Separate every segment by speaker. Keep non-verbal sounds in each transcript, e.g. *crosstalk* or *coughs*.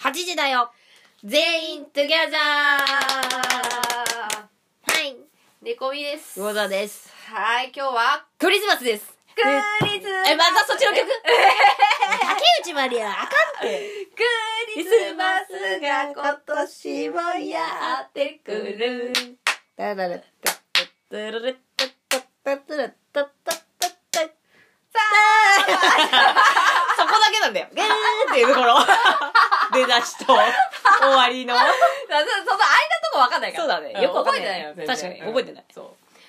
Speaker 1: 8時だよ
Speaker 2: 全員トゥギャザー
Speaker 1: はい
Speaker 2: 猫みです
Speaker 1: 魚座です
Speaker 2: はい今日は
Speaker 1: クリスマスです
Speaker 2: クリス
Speaker 1: えまたそっちの曲竹内まりやあかん
Speaker 2: クリスマスが今年もやってくる
Speaker 1: タララッタッタララッタッタッタラッタッタッタッタッ
Speaker 2: さ
Speaker 1: そこだけなんだよ。ゲーっていうところ。出だしと終わりの。
Speaker 2: あその間のとこわかんないか
Speaker 1: そ
Speaker 2: ら
Speaker 1: うだねよくわかん
Speaker 2: 覚
Speaker 1: ない
Speaker 2: えてないよ全然
Speaker 1: 確かに覚えてない
Speaker 2: そう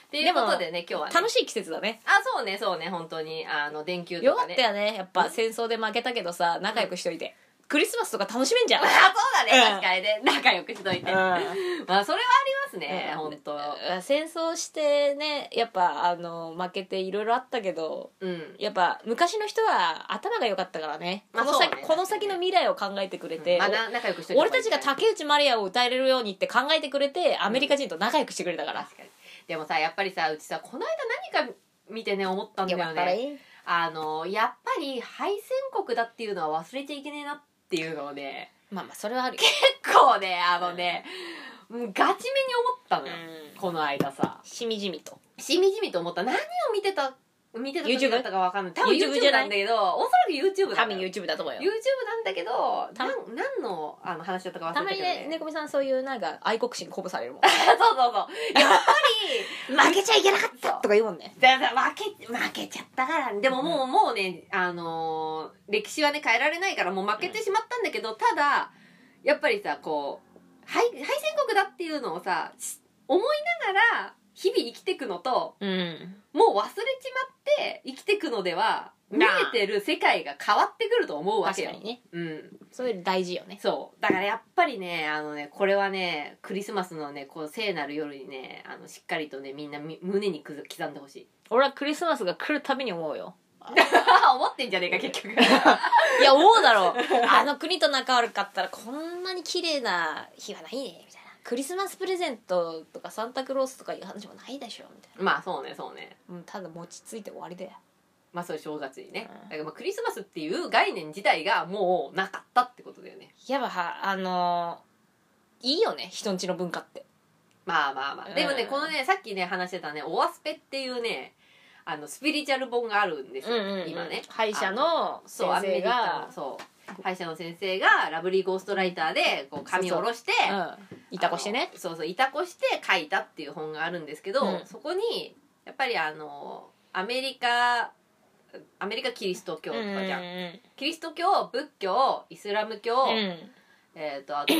Speaker 2: っていうことでね今日はね
Speaker 1: 楽しい季節だね。
Speaker 2: あそうねそうね本当にあの電球
Speaker 1: よか
Speaker 2: とか
Speaker 1: っ
Speaker 2: ね
Speaker 1: たよね。やっぱ戦争で負けたけどさ、仲良くしといて。クリスマスとか楽しめんじゃん。
Speaker 2: *laughs* あそうだね
Speaker 1: うん
Speaker 2: 確かにね仲良くしといてまあそれはありますね
Speaker 1: うん
Speaker 2: 本当
Speaker 1: 戦争してね、やっぱあの、負けていろいろあったけど、
Speaker 2: うん
Speaker 1: やっぱ昔の人は頭が良かったからね。
Speaker 2: ま
Speaker 1: こ
Speaker 2: あ
Speaker 1: の先、
Speaker 2: そうね
Speaker 1: この先の未来を考えてくれて、
Speaker 2: まあな仲良くしといて
Speaker 1: 俺たちが竹内まりやを歌えれるようにって考えてくれて、アメリカ人と仲良くしてくれたから。
Speaker 2: 確かにでもさやっぱりさうちさこの間何か見てね思ったんだ
Speaker 1: よ
Speaker 2: よ
Speaker 1: かったら
Speaker 2: ね
Speaker 1: いい。
Speaker 2: あのやっぱり敗戦国だっていうのは忘れちゃいけねえなっていうのをね
Speaker 1: まあまあ、それはあるよ。
Speaker 2: 結構ねあのね、もうガチめに思ったのよ、
Speaker 1: うん
Speaker 2: この間さ
Speaker 1: しみじみと。
Speaker 2: しみじみと思った何を見てた見てた時
Speaker 1: YouTube？
Speaker 2: だったか分かんない多分
Speaker 1: YouTube
Speaker 2: YouTube
Speaker 1: じゃない
Speaker 2: なんだけどおそらく YouTube だ
Speaker 1: 多
Speaker 2: よ
Speaker 1: 分 YouTube だと思う
Speaker 2: YouTube
Speaker 1: よ。
Speaker 2: なんだけど
Speaker 1: た
Speaker 2: なん何のあの話だったか忘れ
Speaker 1: た
Speaker 2: た
Speaker 1: ま
Speaker 2: け
Speaker 1: に
Speaker 2: ど、
Speaker 1: ね
Speaker 2: ね、、
Speaker 1: 猫みさんそういうなんか愛国心鼓舞されるもん。
Speaker 2: *laughs* そうそうそうやっぱ
Speaker 1: *laughs*
Speaker 2: り
Speaker 1: 負けちゃいけなかったとか言うもんね。
Speaker 2: だから負け負けちゃったからでももう、もうねあのー歴史はね変えられないからもう負けてしまったんだけど、ただやっぱりさこう敗敗戦国だっていうのをさし思いながら日々生きてくのと
Speaker 1: うん。
Speaker 2: もう忘れちまって生きてくのでは見
Speaker 1: なあ
Speaker 2: えてる世界が変わってくると思うわ
Speaker 1: 確
Speaker 2: け
Speaker 1: か
Speaker 2: よ、
Speaker 1: にね。
Speaker 2: うん、
Speaker 1: そういうの大事よね。
Speaker 2: そうだからやっぱりねあのねこれはねクリスマスのねこう聖なる夜にねあのしっかりとねみんなみ胸にくず刻んでほしい
Speaker 1: 俺はクリスマスが来るたびに思うよ。
Speaker 2: *laughs* 思ってんじゃねえか結
Speaker 1: *laughs*
Speaker 2: 局
Speaker 1: いや、思うだろう。あの国と仲悪かったらこんなに綺麗な日はないね、みたいな。クリスマスプレゼントとかサンタクロースとかいう話もないでしょ、みたい
Speaker 2: まあそうねそうね
Speaker 1: な。うん、ただ餅ついて終わりだよ。
Speaker 2: まあそういう正月にね、
Speaker 1: うん
Speaker 2: だからまあクリスマスっていう概念自体がもうなかったってことだよね
Speaker 1: やっぱは、あのーいいよね、人んちの文化って。
Speaker 2: まあまあまあ、でもね
Speaker 1: うん
Speaker 2: このねさっきね話してたねオアスペっていうねあのスピリチュアル本があるんですよ、今ね
Speaker 1: 歯医者の
Speaker 2: そ
Speaker 1: 先
Speaker 2: うアメ
Speaker 1: 生
Speaker 2: リカ
Speaker 1: が
Speaker 2: のそう歯医者の先生がラブリーゴーストライターでこう髪を下ろして
Speaker 1: うん、いたこしてね
Speaker 2: あのそうそういたこして書いたっていう本があるんですけど、
Speaker 1: うん
Speaker 2: そこにやっぱりあのアメリカアメリカキリスト教とかじゃん、
Speaker 1: うん
Speaker 2: キリスト教仏教イスラム教、
Speaker 1: うん
Speaker 2: えっ、と
Speaker 1: *coughs*
Speaker 2: あと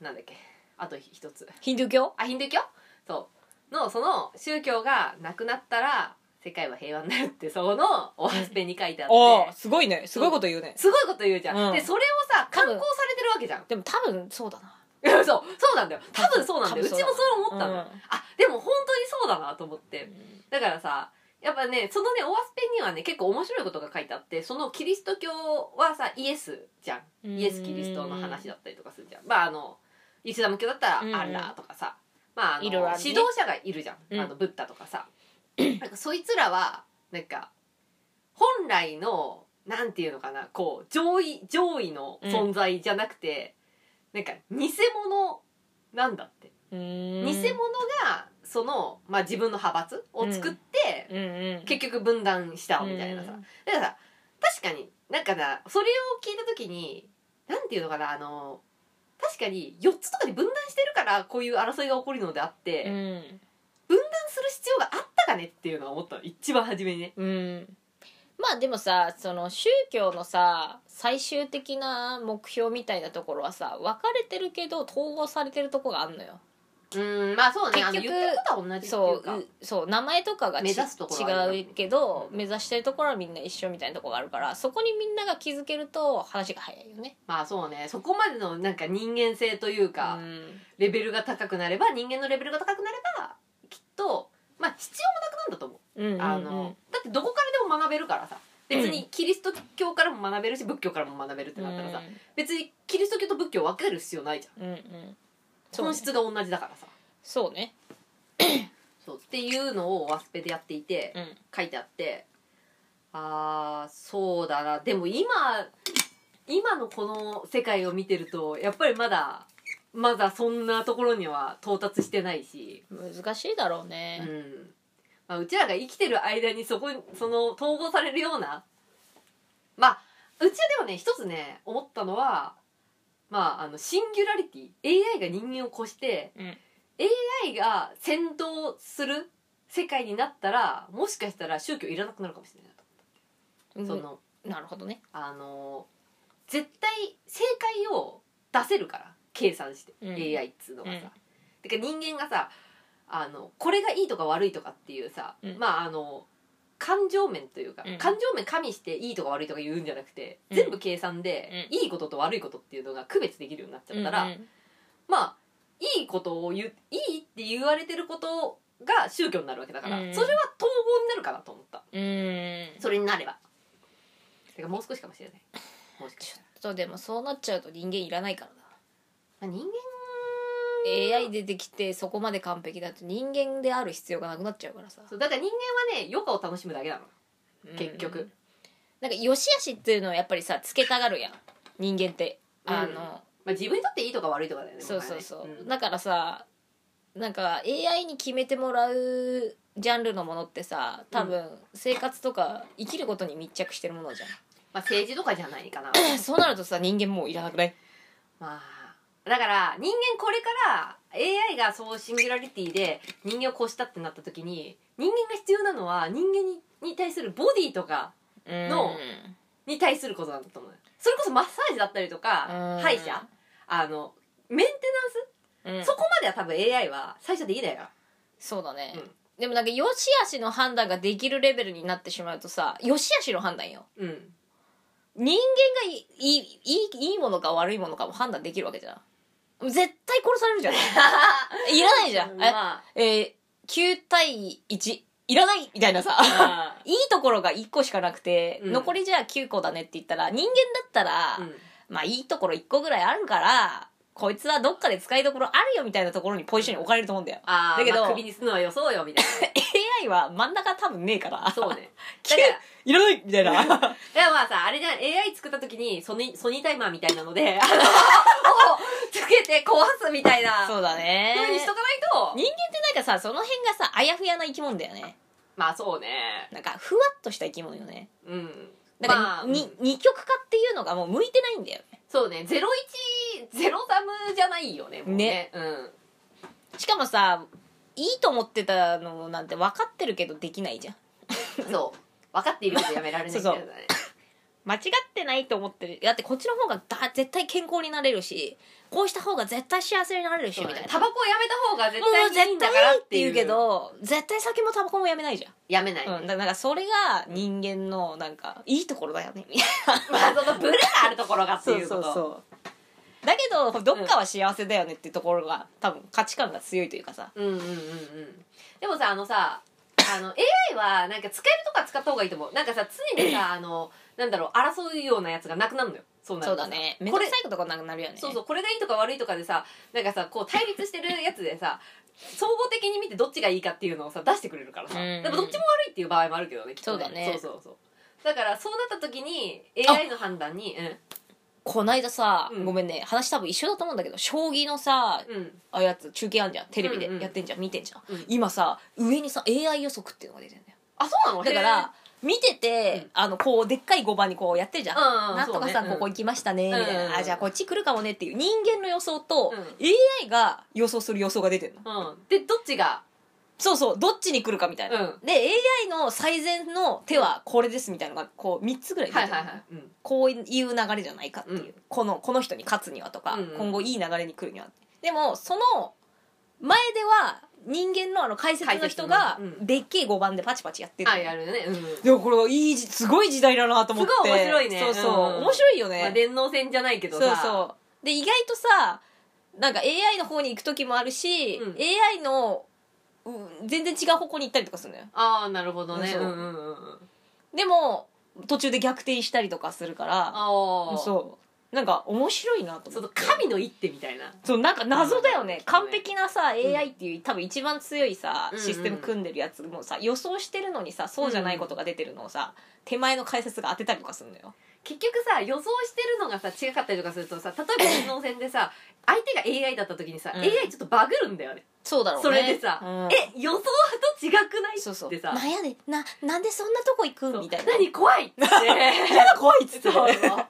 Speaker 2: なんだっけあと一つ
Speaker 1: ヒンドゥー教
Speaker 2: あヒンドゥー教そうのその宗教がなくなったら世界は平和になるってそこのオアスペに書いてあって
Speaker 1: すごいねす
Speaker 2: ごいこと
Speaker 1: 言うね
Speaker 2: すごいこと言うじゃん、
Speaker 1: うん
Speaker 2: でそれをさ刊行されてるわけじゃん *laughs*
Speaker 1: でも多分そうだな
Speaker 2: そうそうなんだよ多分そうなんだよう
Speaker 1: 多分そう
Speaker 2: ち
Speaker 1: だ
Speaker 2: もそう思ったの、
Speaker 1: うん
Speaker 2: あでも本当にそうだなと思ってだからさやっぱねそのねオアスペにはね結構面白いことが書いてあってそのキリスト教はさイエスじゃん
Speaker 1: うん
Speaker 2: イエス・キリストの話だったりとかするじゃん。まああのイスラム教だったら
Speaker 1: うんうん
Speaker 2: アッラーとかさ、まああの
Speaker 1: いろいろあるね
Speaker 2: 指導者がいるじゃん、
Speaker 1: うん
Speaker 2: あのブッダとかさ。 *clears throat* なんかそいつらはなんか本来のなんていうのかなこう上位上位の存在じゃなくて、なんか偽物なんだって。
Speaker 1: うん
Speaker 2: 偽物がその、まあ、自分の派閥を作って、
Speaker 1: うんうん
Speaker 2: 結局分断したみたいなさ、だからさ確かになんかなそれを聞いた時になんていうのかなあの確かに4つとかに分断してるからこういう争いが起こるのであっ
Speaker 1: う
Speaker 2: て、分断
Speaker 1: ん
Speaker 2: する必要があったかねっていうのは思ったの一番初めにね。
Speaker 1: うんまあでもさその宗教のさ最終的な目標みたいなところはさ分かれてるけど統合されてるとこがあるのよ
Speaker 2: うんまあそうね
Speaker 1: 結局
Speaker 2: あの言ってることは同じってい
Speaker 1: そう
Speaker 2: か
Speaker 1: うそう名前とかがち
Speaker 2: 目指すところはある
Speaker 1: 違うけど目指してるところはみんな一緒みたいなところがあるからそこにみんなが気づけると話が早いよね
Speaker 2: まあそうねそこまでのなんか人間性というか、
Speaker 1: うん
Speaker 2: レベルが高くなれば人間のレベルが高くなればきっとまあ必要もなくなるんだと思う。
Speaker 1: うんうんうん
Speaker 2: あのだってどこからでも学べるからさ別にキリスト教からも学べるし仏教からも学べるってなったらさ、別にキリスト教と仏教分ける必要ないじゃん
Speaker 1: うんうんそう
Speaker 2: 本
Speaker 1: ね
Speaker 2: 質が同じだからさ
Speaker 1: そうね
Speaker 2: そうっていうのをワスペでやっていて
Speaker 1: うん
Speaker 2: 書いてあってあーそうだなでも今今今のこの世界を見てるとやっぱりまだまだそんなところには到達してないし、
Speaker 1: 難しいだろう
Speaker 2: う
Speaker 1: ね、
Speaker 2: んまあ、うちらが生きてる間にそこにその統合されるようなまあうちはでもね一つね思ったのはまああのシンギュラリティ AI が人間を越して、
Speaker 1: うん
Speaker 2: AI が先導する世界になったらもしかしたら宗教いらなくなるかもしれないなと、
Speaker 1: うん
Speaker 2: その
Speaker 1: なるほどね
Speaker 2: あの絶対正解を出せるから計算して、
Speaker 1: うん
Speaker 2: AI っつうのがさ、
Speaker 1: うん
Speaker 2: てか人間がさあのこれがいいとか悪いとかっていうさ、
Speaker 1: うん
Speaker 2: まああの感情面というか、
Speaker 1: うん
Speaker 2: 感情面加味していいとか悪いとか言うんじゃなくて、
Speaker 1: うん
Speaker 2: 全部計算で、いいことと悪いことっていうのが区別できるようになっちゃったら、
Speaker 1: うんうん
Speaker 2: まあいいことを言ういいって言われてることが宗教になるわけだから、
Speaker 1: うん
Speaker 2: それは統合になるかなと思った
Speaker 1: うーん
Speaker 2: それになればてかもう少しかもしれないもしか
Speaker 1: ち
Speaker 2: した
Speaker 1: ょっとでもそうなっちゃうと人間いらないからな
Speaker 2: ら、まあ、人間
Speaker 1: AI 出てきてそこまで完璧だと人間である必要がなくなっちゃうからさ、
Speaker 2: そうだから人間はね余暇を楽しむだけなの結局
Speaker 1: うんなんか良し悪しっていうのはやっぱりさつけたがるやん人間って
Speaker 2: うん
Speaker 1: あの、
Speaker 2: まあ、自分にとっていいとか悪いとかだよね
Speaker 1: そうそうそう、
Speaker 2: もはやね
Speaker 1: だからさなんか AI に決めてもらうジャンルのものってさ多分生活とか生きることに密着してるものじゃん、
Speaker 2: まあ、政治とかじゃないかな
Speaker 1: *laughs* そうなるとさ人間もういらなくない
Speaker 2: まあだから人間これから AI がそうシンギュラリティで人間を越したってなった時に人間が必要なのは人間にに対するボディとかのに対することなんだと思うそれこそマッサージだったりとか
Speaker 1: うん
Speaker 2: 歯医者あのメンテ
Speaker 1: うん、
Speaker 2: ナンス、
Speaker 1: そ
Speaker 2: そこまでは多分 AI は最初できないから
Speaker 1: そうだね、
Speaker 2: うん
Speaker 1: でもなんか良し悪しの判断ができるレベルになってしまうとさ良し悪しの判断よ
Speaker 2: うん
Speaker 1: 人間がいいいいいいいいものか悪いものかも判断できるわけじゃん絶対殺される
Speaker 2: *laughs*
Speaker 1: じゃんいらないじゃん、え
Speaker 2: *laughs* まあ
Speaker 1: えー、9対1いらないみたいなさ
Speaker 2: *laughs* あ
Speaker 1: いいところが1個しかなくて、
Speaker 2: うん
Speaker 1: 残りじゃあ9個だねって言ったら人間だったら、 *laughs*
Speaker 2: ーうん
Speaker 1: まあいいところ1個ぐらいあるからこいつはどっかで使いどころあるよみたいなところにポジションに置かれると思うんだよ
Speaker 2: あー
Speaker 1: だけど
Speaker 2: まあ、首にするのはよそうよみたい
Speaker 1: AI は真ん中多分ねえから
Speaker 2: な
Speaker 1: *laughs*
Speaker 2: そうね
Speaker 1: 9
Speaker 2: だから
Speaker 1: いらないみたいな
Speaker 2: いやまあさ、あれじゃん、AI 作った時にソニー、ソニータイマーみたいなの
Speaker 1: *laughs*
Speaker 2: で、あの、をつけて壊すみたい
Speaker 1: *laughs*
Speaker 2: な、
Speaker 1: そうだね
Speaker 2: 風にしとかないと、
Speaker 1: 人間ってなんかさその辺がさあやふやな生き物だよね
Speaker 2: まあそうね。
Speaker 1: なんかふわっとした生き物よね
Speaker 2: うん。
Speaker 1: だから、
Speaker 2: まあ
Speaker 1: に二極化っていうのがもう向いてないんだよね
Speaker 2: そうね、ゼロ一ゼロサムじゃないよね、もうね。うん。
Speaker 1: しかもさいいと思ってたのなんて分かってるけどできないじゃん
Speaker 2: そう。分かっているけどやめられないみたいなね。
Speaker 1: 間違ってないと思ってるだってこっちの方がだ絶対健康になれるしこうした方が絶対幸せになれるし
Speaker 2: そう
Speaker 1: み
Speaker 2: ね
Speaker 1: たいな
Speaker 2: タバコをやめた方が絶
Speaker 1: もう
Speaker 2: 対に
Speaker 1: 絶
Speaker 2: いいんだから
Speaker 1: 対いい
Speaker 2: っ
Speaker 1: ってて
Speaker 2: い
Speaker 1: 言
Speaker 2: う。
Speaker 1: うけど絶対酒もタバコもやめないじ
Speaker 2: やめない。
Speaker 1: ゃん、うん、だからそれが人間のなんかいいところだよね
Speaker 2: まあそのブレがあるところがっていうこと。
Speaker 1: うだけどどっかは幸せだよねってところが多分価値観が強いというかさ
Speaker 2: うんうんうんうんでもさあのさあの AI はなんか使えるとか使った方がいいと思うなんかさ常にさあのなんだろう争うようなやつがなくなるのよそうな
Speaker 1: そう
Speaker 2: ると
Speaker 1: だねめん
Speaker 2: こ
Speaker 1: どく
Speaker 2: れ
Speaker 1: さいことがなくなるよね
Speaker 2: そうそうこれがいいとか悪いとかでさなんかさこう対立してるやつでさ総合的に見てどっちがいいかっていうのをさ出してくれるからさ、
Speaker 1: うんうん
Speaker 2: でもどっちも悪いっていう場合もあるけどねきっと
Speaker 1: そうだね
Speaker 2: そうそうそうだからそうなった時に AI の判断に
Speaker 1: こないださ、
Speaker 2: うん
Speaker 1: ごめんね話多分一緒だと思うんだけど将棋のさ
Speaker 2: うんうん
Speaker 1: あやつ中継あんじゃんテレビで
Speaker 2: うんうん
Speaker 1: やってんじゃん、見てんじゃん、
Speaker 2: うん
Speaker 1: 今さ上にさ AI 予測っていうのが出てんだよ
Speaker 2: あそうなの
Speaker 1: だか
Speaker 2: へー
Speaker 1: ら見てて、
Speaker 2: うん
Speaker 1: あのこうでっかい碁盤にこうやってるじゃん、
Speaker 2: うんうん
Speaker 1: なんとかさ、
Speaker 2: そうね
Speaker 1: ここ行きましたねみたいな、
Speaker 2: うん
Speaker 1: あじゃあこっち来るかもねっていう人間の予想と、
Speaker 2: うん
Speaker 1: AI が予想する予想が出てんの
Speaker 2: うんでどっちが
Speaker 1: そうそうどっちに来るかみたいな、
Speaker 2: うん
Speaker 1: で AI の最善の手はこれですみたいなのがこう3つぐらい出て
Speaker 2: はい
Speaker 1: るの
Speaker 2: はいはい、うん
Speaker 1: こういう流れじゃないかっていう、
Speaker 2: うん
Speaker 1: このこの人に勝つにはとか、
Speaker 2: うんうん
Speaker 1: 今後いい流れに来るにはでもその前では人間のあの解説の人が
Speaker 2: 解説のうん
Speaker 1: でっけえ5番でパチパチやってる、
Speaker 2: あやるよねうん
Speaker 1: でもこれいいじすごい時代だなと思って
Speaker 2: すごい面白いね
Speaker 1: そうそう、
Speaker 2: うん
Speaker 1: 面白いよ
Speaker 2: まあ、
Speaker 1: ね、
Speaker 2: 電脳戦じゃないけど
Speaker 1: そう
Speaker 2: さ
Speaker 1: そうで意外とさなんか AI の方に行く時もあるし、
Speaker 2: うん
Speaker 1: AI の、うん全然違う方向に行ったりとかするのよ
Speaker 2: ああなるほどね
Speaker 1: そううん
Speaker 2: うんうんうん
Speaker 1: でも途中で逆転したりとかするから
Speaker 2: ああ
Speaker 1: そうなんか面白いなと
Speaker 2: そ
Speaker 1: 思
Speaker 2: の
Speaker 1: って
Speaker 2: 神の一手みたいな
Speaker 1: そうなんか謎だよね完璧なさ
Speaker 2: ん
Speaker 1: AI っていう多分一番強いさ
Speaker 2: うんうん
Speaker 1: システム組んでるやつもさ予想してるのにさそうじゃないことが出てるのをさ手前の解説が当てたりとかするのよ
Speaker 2: 結局さ予想してるのがさ違かったりとかするとさ例えば電脳戦でさ相手が AI だった時にさ、
Speaker 1: うん
Speaker 2: AI ちょっとバグるんだよね、
Speaker 1: そうだろうね
Speaker 2: それでさ、
Speaker 1: うん
Speaker 2: え予想と違くない
Speaker 1: そうそう
Speaker 2: ってさ
Speaker 1: なんやでななんでそんなとこ行くみたいな
Speaker 2: 何怖いって
Speaker 1: *laughs* やだ怖いっつって
Speaker 2: そうそう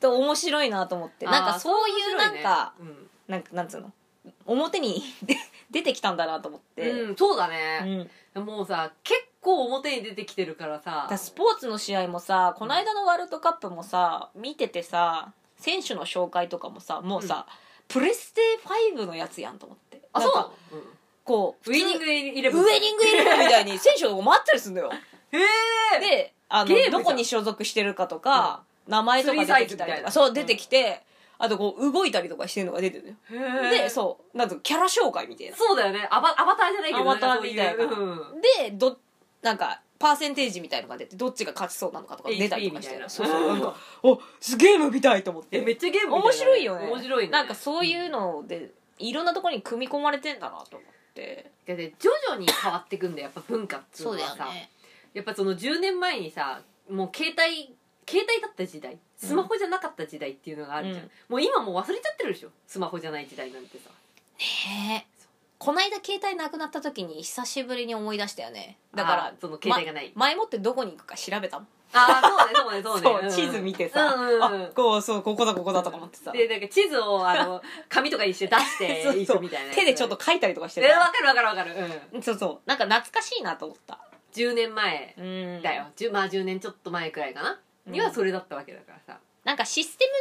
Speaker 1: で面白いなと思ってなん
Speaker 2: あー
Speaker 1: かそういうなんか、
Speaker 2: 面白いね
Speaker 1: なんかなんつうの表に *laughs* 出出てきたんだなと思って、
Speaker 2: うんうんそうだ
Speaker 1: う
Speaker 2: ね、
Speaker 1: ん
Speaker 2: もうさ結構表に出てきてるからさ
Speaker 1: だからスポーツの試合もさこの間のワールドカップもさ見ててさ選手の紹介とかもさもうさ、プレステ5のやつやんと思って
Speaker 2: あ
Speaker 1: なん
Speaker 2: そう
Speaker 1: か
Speaker 2: なの、
Speaker 1: こう
Speaker 2: ウェディングイレ
Speaker 1: ウ
Speaker 2: ブン
Speaker 1: ェディングイレブンみたいに選手が回ったりするの
Speaker 2: *laughs*
Speaker 1: よ
Speaker 2: へえ
Speaker 1: であ
Speaker 2: ゲームじ
Speaker 1: の
Speaker 2: ゃん
Speaker 1: どこに所属してるかとか、名前とか出てきた
Speaker 2: スリーサイズ
Speaker 1: り
Speaker 2: みた
Speaker 1: と
Speaker 2: い
Speaker 1: か
Speaker 2: な
Speaker 1: そう出てきて、あとこう動いたりとかしてるのが出てるのよでそうなんとキャラ紹介みたいな
Speaker 2: そうだよねアバアバターじゃないけど
Speaker 1: アバターみたいなん
Speaker 2: かそうううん
Speaker 1: でどなんかパーセンテージみたいのが出てどっちが勝ちそうなのかとか出たりとかして
Speaker 2: HP みたいな
Speaker 1: そうそうなんかおすげえの見たいと思って
Speaker 2: えめっちゃゲームみたな
Speaker 1: 面白いよね
Speaker 2: 面白いね
Speaker 1: なんかそういうのでいろんなところに組み込まれてんだなと思って
Speaker 2: だって徐々に変わってくんだよやっぱ文化っていうのはさ、やっぱその10年前にさもう携帯携帯だった時代スマホじゃなかった時代っていうのがあるじゃん、
Speaker 1: うん
Speaker 2: もう今もう忘れちゃってるでしょスマホじゃない時代なんてさ
Speaker 1: ねえこないだ携帯なくなった時に久しぶりに思い出したよねだか
Speaker 2: あ
Speaker 1: ら
Speaker 2: ーその携帯がない
Speaker 1: ま前もってどこに行くか調べたもん
Speaker 2: ああそうねそうねそうね
Speaker 1: 地図見てさ、
Speaker 2: うんうんうん
Speaker 1: あこうそうここだここだとか思ってさ、
Speaker 2: でなんか地図をあ
Speaker 1: *laughs*
Speaker 2: の紙とかにして出していくみたいなやつ
Speaker 1: 手でちょっと書いたりとかして
Speaker 2: えわ
Speaker 1: た
Speaker 2: かるわかるわかる、うん、
Speaker 1: そうそうなんか懐かしいなと思った
Speaker 2: 10年前
Speaker 1: うん
Speaker 2: だよ、10まあ10年ちょっと前くらいかな、
Speaker 1: うん
Speaker 2: にはそれだったわけだからさ
Speaker 1: なんかシステム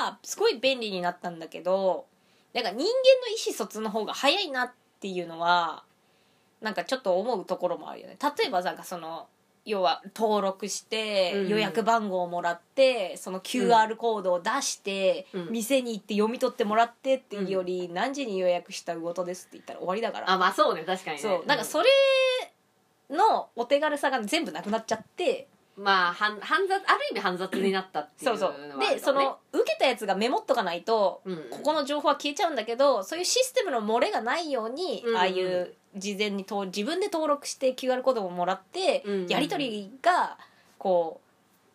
Speaker 1: 上はすごい便利になったんだけどなんか人間の意思疎通の方が早いなっていうのはなんかちょっと思うところもあるよね例えばなんかその要は登録して
Speaker 2: うん
Speaker 1: 予約番号をもらって、その QR コードを出して、
Speaker 2: うん
Speaker 1: 店に行って読み取ってもらってっていうより、何時に予約した魚とですって言ったら終わりだから
Speaker 2: あまあそうね確かにね
Speaker 1: そうなんかそれのお手軽さが全部なくなっちゃって
Speaker 2: まあ煩煩雑ある意味煩雑になったっていう
Speaker 1: そうそう
Speaker 2: のはあるかもね
Speaker 1: でその受けたやつがメモっとかないと
Speaker 2: うん
Speaker 1: ここの情報は消えちゃうんだけどそういうシステムの漏れがないように、
Speaker 2: うんうん
Speaker 1: ああいう事前にと自分で登録して QR コードももらって、
Speaker 2: うんうん
Speaker 1: やり取りがこう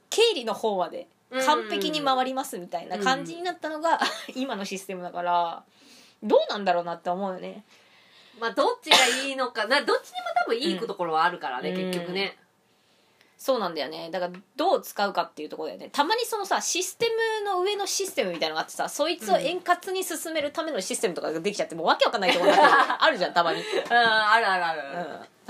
Speaker 1: 経理の方まで完璧に回りますみたいな感じになったのが、今のシステムだからどうなんだろうなって思うよね。
Speaker 2: まあどっちがいいのかなどっちにも多分いいところはあるからね、
Speaker 1: うん
Speaker 2: 結局ね
Speaker 1: そうなんだよねだからどう使うかっていうところだよねたまにそのさシステムの上のシステムみたいなのがあってさそいつを円滑に進めるためのシステムとかができちゃってもうわけわかんないところだってあるじゃんたまに、
Speaker 2: うんあるあるある、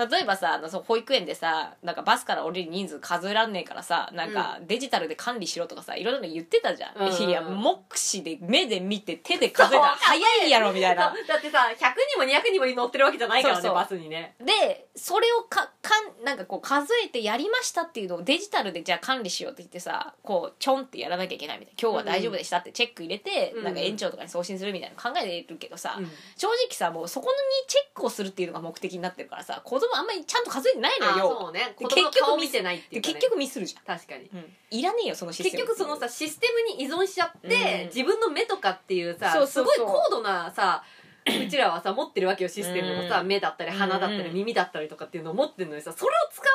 Speaker 1: うん、例えばさあのそう保育園でさなんかバスから降りる人数数えらんねえからさなんかデジタルで管理しろとかさいろいろなの言ってたじゃん、
Speaker 2: うんうんうん
Speaker 1: いや目視で目で見て手で数えたら
Speaker 2: そう
Speaker 1: 早いやろみたい
Speaker 2: だ
Speaker 1: な
Speaker 2: だってさ100人も200人も乗ってるわけじゃないからね
Speaker 1: そうそう
Speaker 2: バスにね
Speaker 1: でそれをかかんなんかこう数えてやりましたっていうのをデジタルでじゃあ管理しようって言ってさこうちょんってやらなきゃいけないみたいな今日は大丈夫でしたってチェック入れて、
Speaker 2: うん
Speaker 1: なんか園長とかに送信するみたいなの考えてるけどさ、
Speaker 2: うん
Speaker 1: 正直さもうそこにチェックをするっていうのが目的になってるからさ子供あんまりちゃんと数えてないの
Speaker 2: あ
Speaker 1: よ要は
Speaker 2: そうね
Speaker 1: で
Speaker 2: 子供の
Speaker 1: 結局
Speaker 2: 顔見てないってい
Speaker 1: で
Speaker 2: うか、ね、
Speaker 1: 結局ミスるじ
Speaker 2: 確かに
Speaker 1: ゃん、いらねえよそのシステ
Speaker 2: 結
Speaker 1: ム
Speaker 2: 局そのさシステムに依存しちゃって、
Speaker 1: うん
Speaker 2: 自分の目とかっていうさ
Speaker 1: そうそうそう
Speaker 2: すごい高度なさうちらはさ持ってるわけよシステムのさ、
Speaker 1: うん
Speaker 2: 目だったり鼻だった
Speaker 1: う
Speaker 2: り
Speaker 1: ん
Speaker 2: 耳だったりとかっていうのを持ってるのにさそれを使わね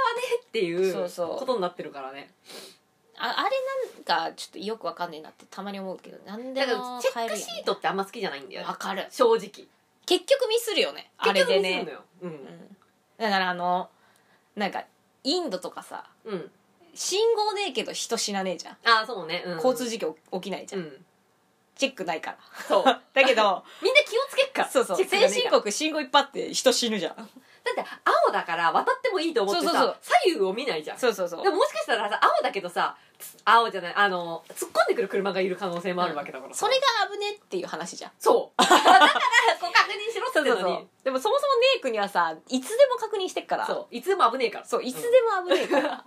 Speaker 2: えっていう
Speaker 1: そうそう
Speaker 2: ことになってるからね
Speaker 1: ああれなんかちょっとよくわかんねえなってたまに思うけどなんで
Speaker 2: だ
Speaker 1: も
Speaker 2: からチェック
Speaker 1: 変える
Speaker 2: シートってあんま好きじゃないんだ
Speaker 1: や
Speaker 2: よ
Speaker 1: ん
Speaker 2: ね
Speaker 1: わかる
Speaker 2: 正直
Speaker 1: 結局ミスるよねあれ
Speaker 2: 結
Speaker 1: で
Speaker 2: 局見
Speaker 1: ね
Speaker 2: せるのようん
Speaker 1: だからあのなんかインドとかさ
Speaker 2: うん
Speaker 1: 信号ねえけど人死なねえじゃん、
Speaker 2: ああそうね、うん、
Speaker 1: 交通事故起きないじゃん、
Speaker 2: うん
Speaker 1: チェックないから
Speaker 2: そ
Speaker 1: *laughs*
Speaker 2: う
Speaker 1: だけど
Speaker 2: みんな気をつけっか
Speaker 1: *laughs*
Speaker 2: ら
Speaker 1: そうそう
Speaker 2: チェックがね
Speaker 1: 先
Speaker 2: えから
Speaker 1: 進国信号いっぱいあって人死ぬじゃん
Speaker 2: だって青だから渡ってもいいと思ってさ
Speaker 1: そうそうそう
Speaker 2: 左右を見ないじゃん
Speaker 1: そうそうそう
Speaker 2: *laughs* でももしかしたらさ青だけどさつ青じゃないあの突っ込んでくる車がいる可能性もあるわけだから、
Speaker 1: それが危ねえっていう話じゃん
Speaker 2: そう *laughs* だからこう確認しろっ
Speaker 1: そ
Speaker 2: て
Speaker 1: うそう
Speaker 2: 言って
Speaker 1: そ
Speaker 2: の
Speaker 1: う
Speaker 2: に
Speaker 1: でもそもそもねえ国はさいつでも確認してっから
Speaker 2: そういつでも危ねえから
Speaker 1: そういつで
Speaker 2: うん
Speaker 1: も危ねえか
Speaker 2: *laughs*
Speaker 1: ら、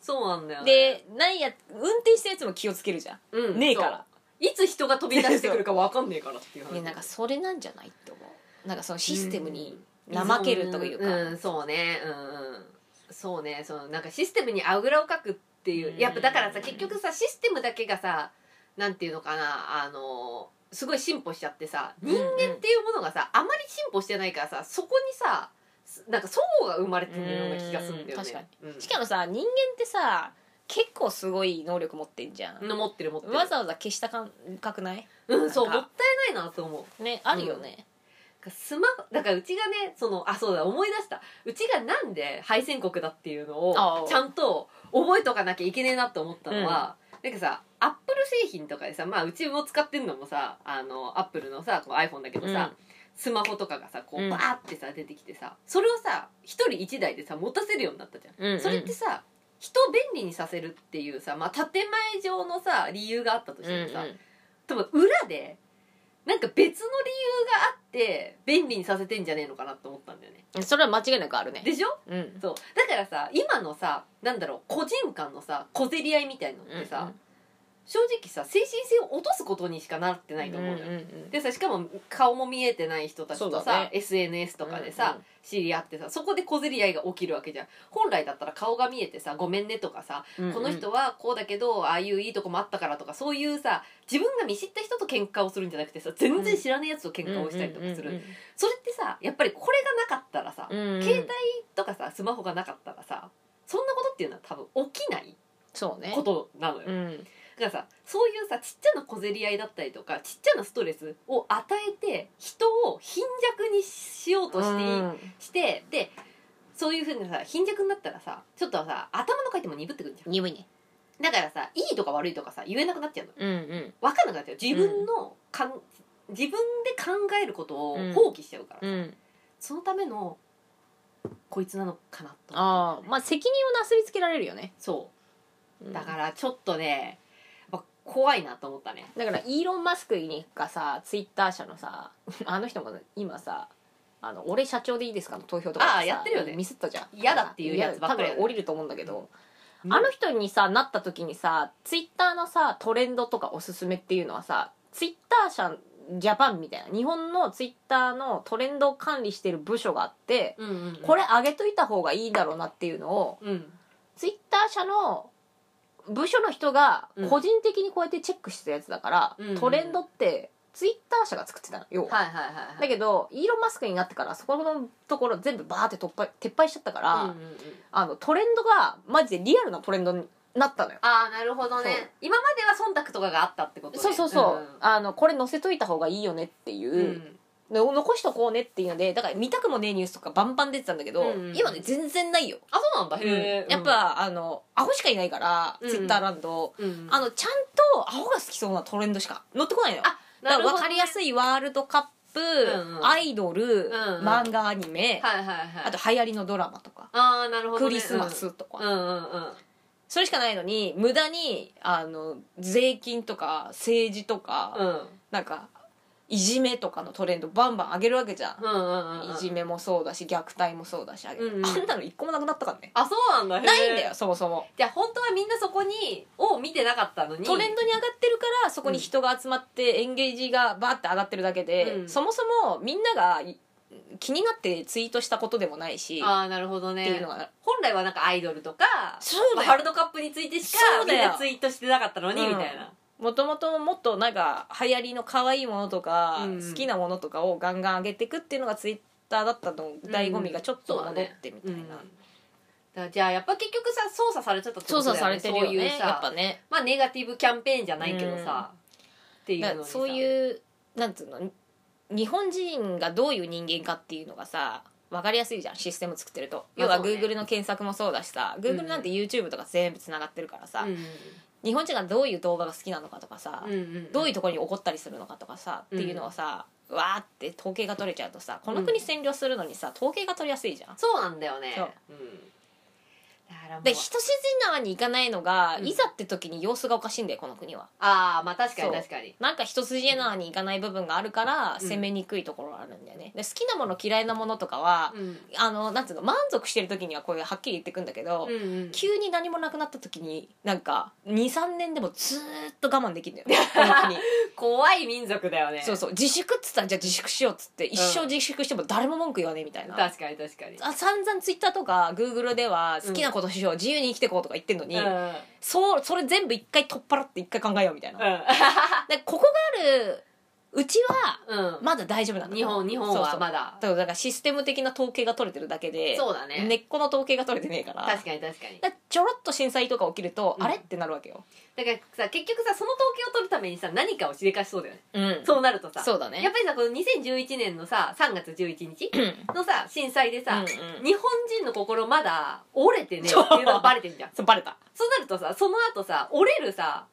Speaker 2: そうなんだよ、
Speaker 1: でないや運転したやつも気をつけるじゃん、
Speaker 2: うん
Speaker 1: ねえから
Speaker 2: そういつ人が飛び出してくるか分かんねえからっていう話
Speaker 1: ねなんかそれなんじゃないって思うなんかそのシステムに怠けるというか、
Speaker 2: んんそうねうんうんそうねそのなんかシステムにあぐらをかくっていうやっぱだからさ結局さシステムだけがさなんていうのかなあのすごい進歩しちゃってさ
Speaker 1: うん
Speaker 2: 人間っていうものがさ、あまり進歩してないからさそこにさすなんか相互が生まれてるような気がするんだ
Speaker 1: うん
Speaker 2: よね。
Speaker 1: 確か
Speaker 2: うん
Speaker 1: しかもさ人間ってさ結構すごい能力持ってんじゃん、
Speaker 2: の持ってる持ってる
Speaker 1: わざわざ消した感覚ない
Speaker 2: うんそう
Speaker 1: なん
Speaker 2: も
Speaker 1: か
Speaker 2: ったいないなと思う
Speaker 1: ねあるよね、
Speaker 2: スマホだからうちがねそのあそうだ思い出したうちがなんで敗戦国だっていうの
Speaker 1: あ
Speaker 2: を
Speaker 1: あ
Speaker 2: ちゃんと覚えとかなきゃいけねえなと思ったのは、なんかさアップル製品とかでさまあうちも使ってんのもさあのアップルのさこう iPhone だけどさ、スマホとかがさこ
Speaker 1: う
Speaker 2: うんバーってさ出てきてさそれをさ一人一台でさ持たせるようになったじゃん。
Speaker 1: うんうん
Speaker 2: それってさ人を便利にさせるっていうさ、まあ、建前上のさ理由があったとし
Speaker 1: うんう
Speaker 2: て
Speaker 1: ん
Speaker 2: もさ、多分裏でなんか別の理由があって便利にさせてんじゃねえのかなと思ったんだよね
Speaker 1: それは間違いなくあるね
Speaker 2: でしょ
Speaker 1: うん
Speaker 2: そうだからさ今のさなんだろう個人間のさ小競り合いみたいのってさ、正直さ精神性を落とすことにしかなってないと思うのよ、
Speaker 1: んん
Speaker 2: でさしかも顔も見えてない人たちと
Speaker 1: そうだ
Speaker 2: さ、
Speaker 1: ね
Speaker 2: SNS とかでさ、知り合ってさそこで小競り合いが起きるわけじゃん本来だったら顔が見えてさ「ごめんね」とかさ
Speaker 1: うんうん
Speaker 2: この人はこうだけどああいういいとこもあったからとかそういうさ自分が見知った人と喧嘩をするんじゃなくてさ全然知らないやつと喧嘩をしたりとかするそれってさやっぱりこれがなかったらさ
Speaker 1: うんうんうんうん
Speaker 2: 携帯とかさスマホがなかったらさそんなことっていうのは多分起きない
Speaker 1: そうね
Speaker 2: ことなのよ
Speaker 1: う
Speaker 2: だ
Speaker 1: ん
Speaker 2: からさそういうさちっちゃな小競り合いだったりとかちっちゃなストレスを与えて人を貧弱にしようとしていい
Speaker 1: うん
Speaker 2: してでそういうふうにさ貧弱になったらさちょっとさ頭の回転も鈍ってくるじゃん
Speaker 1: 鈍いね
Speaker 2: だからさいいとか悪いとかさ言えなくなっちゃうの
Speaker 1: うんうん
Speaker 2: 分かんなくなっちゃう自分のかん、自分で考えることを放棄しちゃうから、
Speaker 1: うん
Speaker 2: そのためのこいつなのかなと
Speaker 1: ああまあ責任をなすりつけられるよね
Speaker 2: そ
Speaker 1: うん
Speaker 2: うだからちょっとねやっぱ怖いなと思ったね
Speaker 1: だからイーロン・マスクがさツイッター社のさ *laughs* あの人も今さあの俺社長でいいですかの投票とかさ
Speaker 2: ああやってるよね
Speaker 1: ミスったじゃん
Speaker 2: 嫌だっていうやつばっか
Speaker 1: い
Speaker 2: り
Speaker 1: や多分降りると思うんだけど、
Speaker 2: うん
Speaker 1: あの人にさなった時にさツイッターのさトレンドとかおすすめっていうのはさツイッター社ジャパンみたいな日本のツイッターのトレンドを管理してる部署があって
Speaker 2: うんうん、
Speaker 1: これ上げといた方がいいだろうなっていうのを
Speaker 2: うん
Speaker 1: ツイッター社の部署の人が
Speaker 2: うん
Speaker 1: 個人的にこうやってチェックしてたやつだから、
Speaker 2: うん
Speaker 1: トレンドってツイッター社が作ってたのよ、
Speaker 2: はいはいはいは
Speaker 1: だ
Speaker 2: い
Speaker 1: けどイーロン・マスクになってからそこのところ全部バーって突破撤廃しちゃったから、
Speaker 2: うんうんうん
Speaker 1: あのトレンドがマジでリアルなトレンドになったのよ、
Speaker 2: ああなるほど
Speaker 1: そう
Speaker 2: ね今までは忖度とかがあったってことね
Speaker 1: そうそうそう、
Speaker 2: ん
Speaker 1: あのこれ載せといた方がいいよねっていうう、
Speaker 2: ん
Speaker 1: で残しとこうねっていうのでだから見たくもねえニュースとかバンバン出てたんだけど、
Speaker 2: うんうん
Speaker 1: 今ね全然ないよ、
Speaker 2: あそうなんだへえ、
Speaker 1: やっぱあのアホしかいないから、
Speaker 2: うん
Speaker 1: ツイッターランド、
Speaker 2: うん、
Speaker 1: あのちゃんとアホが好きそうなトレンドしか乗ってこないのよ
Speaker 2: あ
Speaker 1: だから分
Speaker 2: わ
Speaker 1: かりやすいワールドカップ、
Speaker 2: んうん
Speaker 1: アイドル、
Speaker 2: んうん
Speaker 1: 漫画アニメ、
Speaker 2: はいはいはい
Speaker 1: あと流行りのドラマとか、
Speaker 2: ああなるほど、ね、
Speaker 1: クリスマスとか、
Speaker 2: うんうんうんうん
Speaker 1: それしかないのに無駄にあの税金とか政治とか、
Speaker 2: うん
Speaker 1: なんかいじめとかのトレンドバンバン上げるわけじゃん、
Speaker 2: うんうんう
Speaker 1: い
Speaker 2: ん
Speaker 1: じめもそうだし虐待もそうだし、あげ
Speaker 2: うんうん
Speaker 1: あんなの一個もなくなったからね
Speaker 2: あそうなんだへー
Speaker 1: ないんだよそもそも
Speaker 2: じゃあ本当はみんなそこにを見てなかったのに
Speaker 1: トレンドに上がってるからそこに人が集まってエンゲージがバーって上がってるだけで、
Speaker 2: うん
Speaker 1: そもそもみんながい気になってツイートしたことでもないしっ
Speaker 2: ああなるほど
Speaker 1: ていう
Speaker 2: ね
Speaker 1: のが
Speaker 2: 本来はなんかアイドルとか
Speaker 1: そうだよ
Speaker 2: まあワールドカップについてしか
Speaker 1: そうだ
Speaker 2: みん
Speaker 1: よ
Speaker 2: なツイートしてなかったのに、
Speaker 1: うん
Speaker 2: みたいな
Speaker 1: もともともっとなんか流行りの可愛いものとか、
Speaker 2: うん
Speaker 1: 好きなものとかをガンガン上げていくっていうのがツイッターだったの醍醐味がちょっと
Speaker 2: そう
Speaker 1: 戻
Speaker 2: だ
Speaker 1: っ
Speaker 2: ね
Speaker 1: てみたいな、
Speaker 2: うんだじゃあやっぱ結局さ操作されちゃったってこ
Speaker 1: 操
Speaker 2: とだよ
Speaker 1: 作されてるよね
Speaker 2: そういうさ
Speaker 1: やっぱね
Speaker 2: まあネガティブキャンペーンじゃないけどさ、っていうの
Speaker 1: だ
Speaker 2: に
Speaker 1: から
Speaker 2: さ
Speaker 1: そういうなんつうの日本人がどういう人間かっていうのがさ分かりやすいじゃんシステム作ってると
Speaker 2: まあ
Speaker 1: 要は
Speaker 2: そうね
Speaker 1: Google の検索もそうだしさ Google なんて YouTube とか全部つながってるからさ、
Speaker 2: うん
Speaker 1: 日本人がどういう動画が好きなのかとかさ、
Speaker 2: うんうんうん
Speaker 1: どういうところに怒ったりするのかとかさ、っていうのをさわーって統計が取れちゃうとさこの国占領するのにさ統計が取りやすいじゃん。
Speaker 2: そうなんだよね
Speaker 1: そう
Speaker 2: うん、だからもう
Speaker 1: で人筋縄にいかないのが、
Speaker 2: うん
Speaker 1: いざって時に様子がおかしいんだよこの国は。
Speaker 2: ああまあ確かに
Speaker 1: そう
Speaker 2: 確かに
Speaker 1: なんか一筋縄にいかない部分があるから
Speaker 2: うん
Speaker 1: 攻めにくいところがあるんだよね、で好きなもの嫌いなものとかは、
Speaker 2: うん
Speaker 1: あのなんつうの満足してる時にはこういうはっきり言ってくんだけど、
Speaker 2: うんうん
Speaker 1: 急に何もなくなった時になんか23年でもずーっと我慢できる
Speaker 2: *laughs*
Speaker 1: んだよね本当に
Speaker 2: 怖い民族だよね
Speaker 1: そうそう自粛っつったらじゃあ自粛しようっつって一生自粛しても誰も文句言わねえみたいな、
Speaker 2: 確かに確かに
Speaker 1: あ散々ツイッターとかグーグルでは好きなこことしよう自由に生きてこうとか言ってんのに、
Speaker 2: うんうん
Speaker 1: そうそれ全部一回取っ払って一回考えようみたいな、でここがあるうちは
Speaker 2: うん
Speaker 1: まだ大丈夫なんだ
Speaker 2: 日本日本
Speaker 1: そう
Speaker 2: は
Speaker 1: そう
Speaker 2: まだ
Speaker 1: だからだからシステム的な統計が取れてるだけで
Speaker 2: そうだね
Speaker 1: 根っこの統計が取れてねえから
Speaker 2: 確かに確かに
Speaker 1: だからちょろっと震災とか起きると、
Speaker 2: うん
Speaker 1: あれってなるわけよ
Speaker 2: だからさ結局さその統計を取るためにさ何かをしでかしそうだよね
Speaker 1: うん
Speaker 2: そうなるとさ
Speaker 1: そうだ
Speaker 2: やっ
Speaker 1: ね
Speaker 2: ぱりさこの2011年のさ3月11日のさ震災でさ、
Speaker 1: うんうん
Speaker 2: 日本人の心まだ折れてねっていうのがバレてんじゃん
Speaker 1: そうバレた
Speaker 2: そうなるとさその後さ折れるさ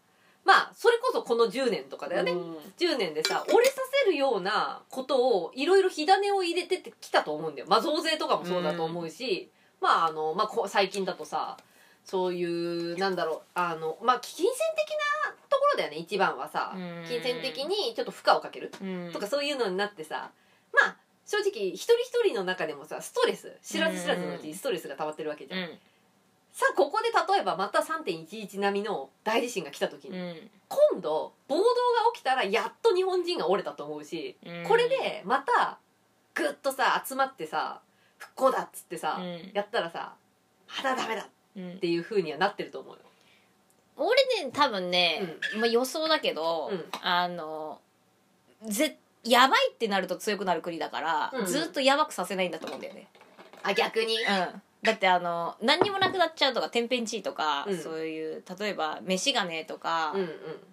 Speaker 2: まあそれこそこの10年とかだよね、
Speaker 1: うん
Speaker 2: 10年でさ折れさせるようなことをいろいろ火種を入れてってきたと思うんだよ、まあ、増税とかもそうだと思うし、まああの、まあ、こう最近だとさそういうなんだろうあのまあ金銭的なところだよね一番はさ
Speaker 1: うん
Speaker 2: 金銭的にちょっと負荷をかける
Speaker 1: うん
Speaker 2: とかそういうのになってさまあ正直一人一人の中でもさストレス知らず知らずのうちにストレスが溜まってるわけじゃん、
Speaker 1: うん
Speaker 2: さあここで例えばまた3.11並みの大地震が来た時に、
Speaker 1: うん
Speaker 2: 今度暴動が起きたらやっと日本人が折れたと思うし、
Speaker 1: うん
Speaker 2: これでまたぐっとさ集まってさ復興だっつってさ、
Speaker 1: うん
Speaker 2: やったらさまだダメだっ
Speaker 1: うん
Speaker 2: ていう風にはなってると思うよ
Speaker 1: 俺ね多分ね、まあ、予想だけど、
Speaker 2: うん
Speaker 1: あのぜやばいってなると強くなる国だから、
Speaker 2: うん
Speaker 1: ずっとやばくさせないんだと思うんだよね、
Speaker 2: あ逆に
Speaker 1: うん、だってあの何にもなくなっちゃうとか天変地異とか、
Speaker 2: うん
Speaker 1: そういう例えば飯がねえとか、
Speaker 2: うんうん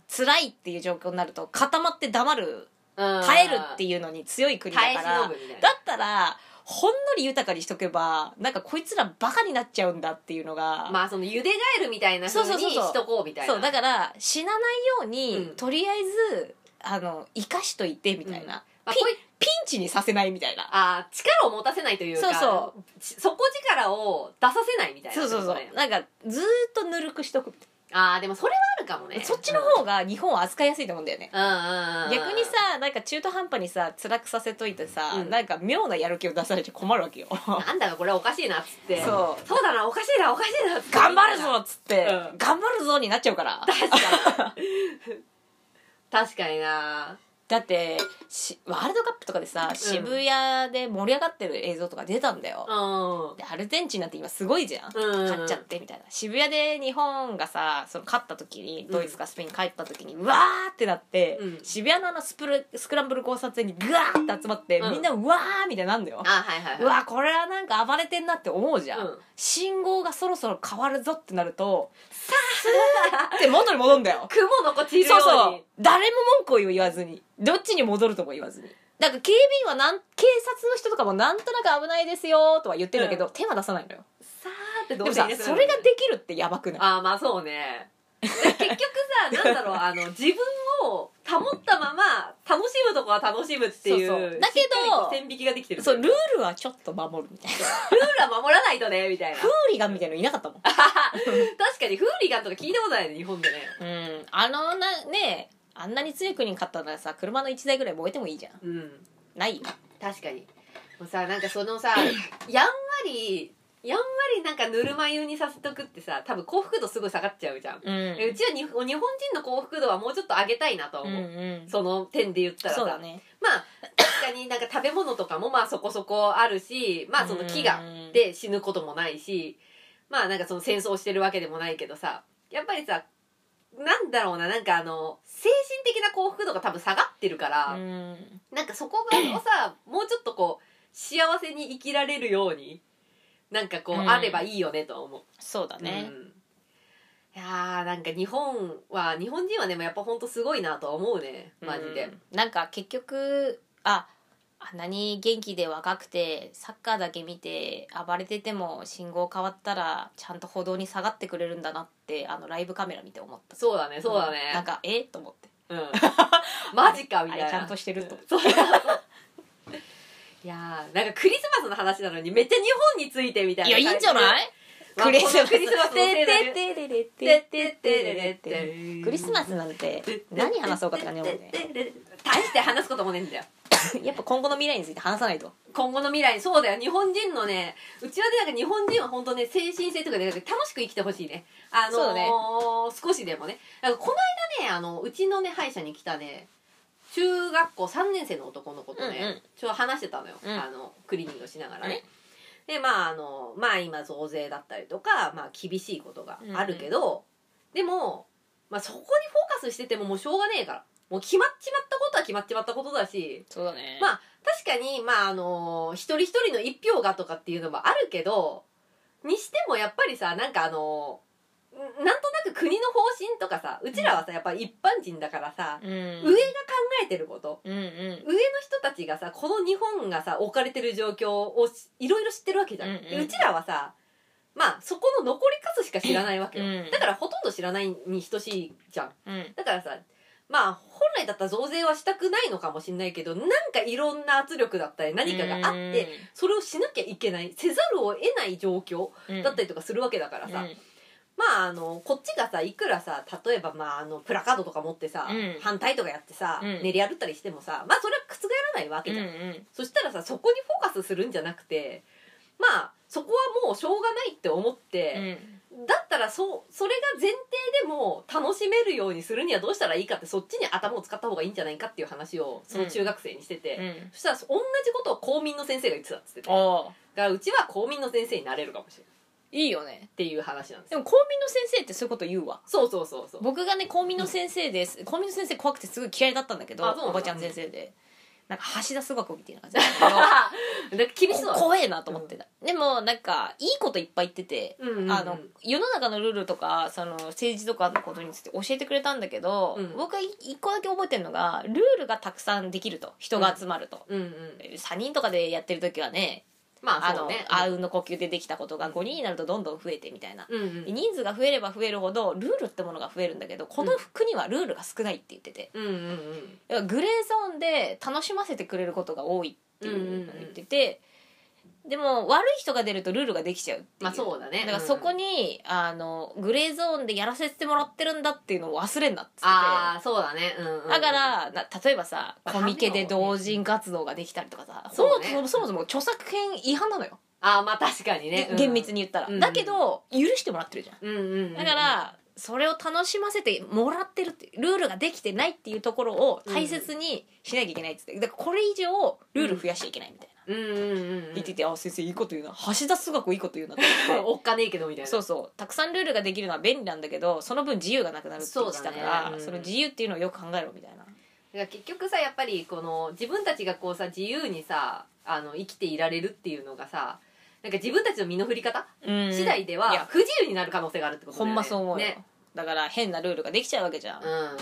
Speaker 1: 辛いっていう状況になると固まって黙る
Speaker 2: 耐
Speaker 1: 耐えるっていうのに強い国だ
Speaker 2: 耐え
Speaker 1: か
Speaker 2: 忍
Speaker 1: ら
Speaker 2: ぶみたいな
Speaker 1: だったらほんのり豊かにしとけばなんかこいつらバカになっちゃうんだっていうのが、
Speaker 2: まあその茹でガエルみたいな風
Speaker 1: そうそう
Speaker 2: に
Speaker 1: そうそう
Speaker 2: しとこうみたいな
Speaker 1: そうだから死なないように、
Speaker 2: うん
Speaker 1: とりあえずあの生かしといてみたいな、
Speaker 2: まあ
Speaker 1: ピ
Speaker 2: こういう
Speaker 1: ピンチにさせないみたいな
Speaker 2: あー力を持たせないというか
Speaker 1: そう
Speaker 2: ち底力を出させないみたいな
Speaker 1: そうそうそうなんかずーっとぬるくしとくみた
Speaker 2: ああでもそれはあるかも
Speaker 1: い
Speaker 2: ね
Speaker 1: なそっちの方が日本は扱いやすいと思うんだよね
Speaker 2: うんうんうん
Speaker 1: 逆にさなんか中途半端にさ辛くさせといてさ、
Speaker 2: うん
Speaker 1: なんか妙なやる気を出されて困るわ
Speaker 2: *laughs*
Speaker 1: けよ
Speaker 2: なんだかこれはおかしいなっつって
Speaker 1: そう
Speaker 2: そうだなおかしいなおかしいなっつって
Speaker 1: 頑張るぞっつって、
Speaker 2: うん
Speaker 1: 頑張るぞになっちゃうから
Speaker 2: 確かに *laughs* 確かにな
Speaker 1: だってしワールドカップとかでさ渋谷で盛り上がってる映像とか出たんだよ、
Speaker 2: うん
Speaker 1: でアルゼンチンなんて今すごいじゃん、
Speaker 2: うん
Speaker 1: 勝っちゃってみたいな渋谷で日本がさその勝った時にドイツかスペイン帰った時に、うわーってなって、
Speaker 2: うん
Speaker 1: 渋谷のあのスプルスクランブル交差点にグワーって集まって、
Speaker 2: うん
Speaker 1: みんなうわーみたいになんだよ
Speaker 2: あ、はいはいはいう
Speaker 1: わこれはなんか暴れてんなって思うじゃん、
Speaker 2: うん
Speaker 1: 信号がそろそろ変わるぞってなるとさあって元に戻るんだよ
Speaker 2: 雲の子散るよ
Speaker 1: そう
Speaker 2: う
Speaker 1: そう
Speaker 2: に
Speaker 1: 誰も文句を言わずにどっちに戻るとも言わずにだから警備員はなん警察の人とかもなんとなく危ないですよとは言ってるんだけど、手は出さないのよ
Speaker 2: さーって
Speaker 1: で
Speaker 2: どう
Speaker 1: も
Speaker 2: せ
Speaker 1: さ
Speaker 2: 入れてない
Speaker 1: それができるってやばくない
Speaker 2: ああまあそうね結局さなん
Speaker 1: *laughs*
Speaker 2: だろうあの自分を保ったまま楽しむとこは楽しむっていう
Speaker 1: そうそうだけど
Speaker 2: しっかりこう線引きができてる
Speaker 1: そうル
Speaker 2: ルー
Speaker 1: ールはちょっと守るみたいな
Speaker 2: ルは守らないとねみたいな
Speaker 1: フーリガンみたいのいなかったもん
Speaker 2: *laughs* 確かにフーリガンとか聞いたことないね日本でね
Speaker 1: うんあのなねあんなに強い国に勝ったならさ車の1台ぐらい燃えてもいいじゃん
Speaker 2: うん
Speaker 1: ないよ
Speaker 2: 確かにもうさなんか
Speaker 1: *coughs*
Speaker 2: そのさやんわりやんわりなんかぬるま湯にさせとくってさ多分幸福度すごい下がっちゃうじゃん、
Speaker 1: うん
Speaker 2: うちはに日本人の幸福度はもうちょっと上げたいな
Speaker 1: う
Speaker 2: と思
Speaker 1: ん
Speaker 2: う、
Speaker 1: うん
Speaker 2: その点で言ったらさ
Speaker 1: そうだね
Speaker 2: まあ確かになんか食べ物とかもまあそこそこあるしまあその飢餓
Speaker 1: うん
Speaker 2: で死ぬこともないしまあなんかその戦争してるわけでもないけどさやっぱりさなんだろうななんかあの精神的な幸福度が多分下がってるから、
Speaker 1: うん
Speaker 2: なんかそこをさもうちょっとこう幸せに生きられるようになんかこう、
Speaker 1: うん
Speaker 2: あればいいよねとは思う
Speaker 1: そうだね
Speaker 2: うんいやーなんか日本は日本人はねやっぱほんとすごいなとは思うねマジで、
Speaker 1: うんなんか結局ああんなに元気で若くてサッカーだけ見て暴れてても信号変わったらちゃんと歩道に下がってくれるんだなってあのライブカメラ見て思った
Speaker 2: そうだねそうだね
Speaker 1: んなんかえと思って
Speaker 2: うんマジかみ
Speaker 1: あ
Speaker 2: たい
Speaker 1: れ
Speaker 2: な
Speaker 1: ちゃんとしてると思って
Speaker 2: そうそうそういやーなんかクリスマスの話なのにめっちゃ日本についてみたいない
Speaker 1: やいいんじゃないいクリスマス
Speaker 2: クリスマスのせいだね
Speaker 1: ててれて
Speaker 2: てってってれれって
Speaker 1: *laughs* クリスマスなんて何話そうかって感じだもん
Speaker 2: *laughs*
Speaker 1: ね
Speaker 2: 大して話すこともねえんだよ
Speaker 1: やっぱ今後の未来について話さないと
Speaker 2: 今後の未来そうだよ日本人のねうちはねなんか日本人は本当ね精神性とかで、ね、楽しく生きてほしいねあ
Speaker 1: そう
Speaker 2: の
Speaker 1: だ
Speaker 2: ー
Speaker 1: ね
Speaker 2: 少しでもねなんかこの間ねあのうちのね歯医者に来たね中学校3年生の男の子とね、
Speaker 1: うんうん
Speaker 2: ちょっと話してたのよ、
Speaker 1: うん
Speaker 2: あのクリーニングをしながらね、でまああのまあ今増税だったりとか、まあ、厳しいことがあるけど、でも、まあ、そこにフォーカスしててももうしょうがねえからもう決まっちまったことは決まっちまったことだし
Speaker 1: そうだね
Speaker 2: まあ確かにまああの一人一人の一票がとかっていうのもあるけどにしてもやっぱりさなんかあのんなんとなく国の方針とかさうちらはさやっぱ一般人だからさ、
Speaker 1: うん、
Speaker 2: 上が考えてること
Speaker 1: うんうん
Speaker 2: 上の人たちがさこの日本がさ置かれてる状況をしいろいろ知ってるわけじゃん、
Speaker 1: うんうん
Speaker 2: でうちらはさまあそこの残り数しか知らないわけよ、
Speaker 1: うん
Speaker 2: だからほとんど知らないに等しいじゃん
Speaker 1: うん
Speaker 2: だからさまあ本来だったら増税はしたくないのかもしれないけどなんかいろんな圧力だったり何かがあって、それをしなきゃいけないせざるを得ない状況
Speaker 1: うん
Speaker 2: だったりとかするわけだからさ、まああのこっちがさいくらさ例えばまああのプラカードとか持ってさ、
Speaker 1: うん
Speaker 2: 反対とかやってさ、
Speaker 1: うん
Speaker 2: 練り歩ったりしてもさまあそれは覆らないわ
Speaker 1: う
Speaker 2: け
Speaker 1: ん
Speaker 2: じ
Speaker 1: う
Speaker 2: ゃん、
Speaker 1: ん
Speaker 2: そしたらさそこにフォーカスするんじゃなくてまあそこはもうしょうがないって思って、だったらそうそれが前提でも楽しめるようにするにはどうしたらいいかってそっちに頭を使った方がいいんじゃないかっていう話をその中学生にしてて、
Speaker 1: うん
Speaker 2: そしたら同じことを公民の先生が言ってたっつっててだか
Speaker 1: ああ
Speaker 2: らうちは公民の先生になれるかもしれない
Speaker 1: いいよね
Speaker 2: っていう話なんです
Speaker 1: で
Speaker 2: よ
Speaker 1: も公民の先生ってそういうこと言うわ
Speaker 2: そうそうそう
Speaker 1: *laughs*
Speaker 2: そう
Speaker 1: 僕がね公民の先生です公民の先生怖くてすごい嫌いだったんだけど
Speaker 2: あそうなんだ
Speaker 1: おばちゃん先生でなんか橋田須賀子みたいな感じだったんだ
Speaker 2: *laughs* なんか厳
Speaker 1: *laughs* け
Speaker 2: し
Speaker 1: ど
Speaker 2: そう。
Speaker 1: 怖えなと思ってた、でもなんかいいこといっぱい言ってて、
Speaker 2: うんうんうん
Speaker 1: あの世の中のルールとかその政治とかのことについて教えてくれたんだけど、
Speaker 2: うん
Speaker 1: 僕が一個だけ覚えてるのがルールがたくさんできると人が集まると、
Speaker 2: うんうん。
Speaker 1: 3人とかでやってる時はね
Speaker 2: ま
Speaker 1: あ
Speaker 2: あそ
Speaker 1: の
Speaker 2: うね。
Speaker 1: あうんの呼吸でできたことが5人になるとどんどん増えてみたいな、
Speaker 2: うんう
Speaker 1: で
Speaker 2: ん。
Speaker 1: 人数が増えれば増えるほどルールってものが増えるんだけどこの国はルールが少ないって言ってて、
Speaker 2: うんうんうん。
Speaker 1: だからグレーゾーンで楽しませてくれることが多いっていうのを言ってて、でも悪い人が出るとルールができちゃうっていう
Speaker 2: まあそうだね。
Speaker 1: だからそこ
Speaker 2: に。
Speaker 1: に、あのグレーゾーンでやらせてもらってるんだっていうのを忘れんなっつってて
Speaker 2: ああ、そうだね。うんうん。
Speaker 1: だか、らな例えばさ
Speaker 2: まあ
Speaker 1: コミケで同人活動ができたりとかさ、そ
Speaker 2: そ
Speaker 1: も
Speaker 2: うね
Speaker 1: そもそもそも著作権違反なのよ、
Speaker 2: ああ、まあ確かにね。うん
Speaker 1: 厳密。に言ったら、
Speaker 2: うん
Speaker 1: だけど許してもらってるじゃん
Speaker 2: うんうんうん。
Speaker 1: だか、らそれを楽しませてもらってるってルールができてないっていうところを大切にしなきゃいけないっつってだからこれ以上ルール増やしちゃいけないみたいな、
Speaker 2: うんうんうん。
Speaker 1: 言ってて「あ先生いいこと言うな橋田須賀子いいこと言うな」って
Speaker 2: おっかねえけどみたい
Speaker 1: *laughs*
Speaker 2: な。。
Speaker 1: そううそうたくさんルールができるのは便利なんだけどその分自由がなくなるって言ってたからそ,、
Speaker 2: そうだねうん
Speaker 1: の自由っていうのをよく考えろみたいな
Speaker 2: だから結局さ、やっぱりこの自分たちがこうさ、自由にさ、あの、生きていられるっていうのがさ、なんか自分たちの身の振り方次第で
Speaker 1: い
Speaker 2: は
Speaker 1: や
Speaker 2: 不自由になる可能性があるってこと
Speaker 1: ほ
Speaker 2: だよね。
Speaker 1: んまそう思うよ、
Speaker 2: ね。
Speaker 1: だから変なルールができちゃうわけじゃん、
Speaker 2: うんうん。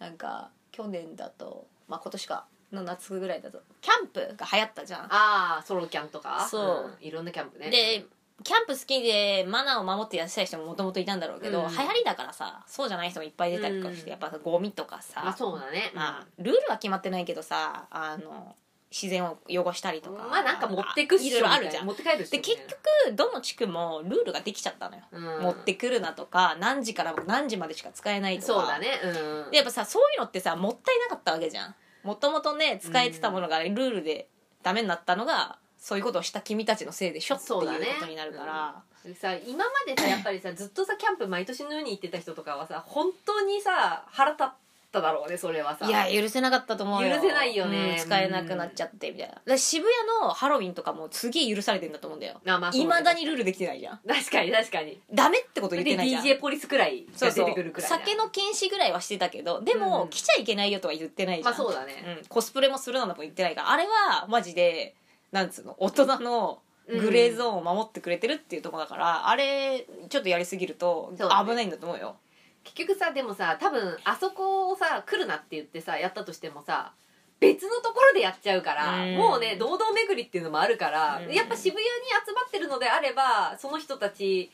Speaker 1: なんか去年だとまあ今年かの夏ぐらいだとキャンプが流行ったじゃん
Speaker 2: ああ、ソロキャンとか。
Speaker 1: そ
Speaker 2: ん。いろんなキャンプね。
Speaker 1: でキャンプ好きでマナーを守ってやってた人ももともといたんだろうけど、
Speaker 2: うん
Speaker 1: 流行りだからさそうじゃない人もいっぱい出たりとかして、
Speaker 2: うん
Speaker 1: やっぱさゴミとかさ
Speaker 2: まあそうだね。
Speaker 1: まあ、ルールは決まってないけどさあの自然を汚したりとか
Speaker 2: まあなんか持ってくっしょ
Speaker 1: いろいろあるじゃん
Speaker 2: 持って帰るっしょ
Speaker 1: で
Speaker 2: みたい
Speaker 1: 結
Speaker 2: な
Speaker 1: 局どの地区もルールができちゃったのよ、
Speaker 2: うん
Speaker 1: 持ってくるなとか何時から何時までしか使えないとか
Speaker 2: そうだねうん
Speaker 1: でやっぱさそういうのってさもったいなかったわけじゃんもともとね使えてたものがルールでダメになったのがそういうことをした君たちのせいでしょっていう
Speaker 2: そう
Speaker 1: こ
Speaker 2: だね
Speaker 1: とになるから、
Speaker 2: さ今までさやっぱりさずっとさキャンプ毎年のように行ってた人とかはさ本当にさ腹立っただろうねそれはさ
Speaker 1: いや許せなかったと思うよ
Speaker 2: 許せないよね
Speaker 1: うん使えなくなっちゃってみたいなだから渋谷のハロウィンとかもすげえ許されてんだと思うんだよ
Speaker 2: あまあそう
Speaker 1: い
Speaker 2: ね
Speaker 1: まだにルールできてないじゃん
Speaker 2: 確かに確かに
Speaker 1: ダメってこと
Speaker 2: で
Speaker 1: 言ってないじゃん
Speaker 2: DJ ポリスくらい
Speaker 1: そ
Speaker 2: が
Speaker 1: うそう
Speaker 2: 出てくるくらいだ
Speaker 1: 酒の禁止ぐらいはしてたけどでも、
Speaker 2: うん
Speaker 1: 来ちゃいけないよとは言ってないじゃん、
Speaker 2: まあそうだね
Speaker 1: うん、コスプレもするなんても言ってないからあれはマジでなんつうの大人のグレーゾーンを守ってくれてるっていうところだから、あれちょっとやりすぎると
Speaker 2: そうだね
Speaker 1: 危ないんだと思うよ
Speaker 2: 結局さでもさ多分あそこをさ来るなって言ってさやったとしてもさ別のところでやっちゃうから、
Speaker 1: うん
Speaker 2: もうね堂々巡りっていうのもあるから、
Speaker 1: うん
Speaker 2: やっぱ渋谷に集まってるのであればその人たち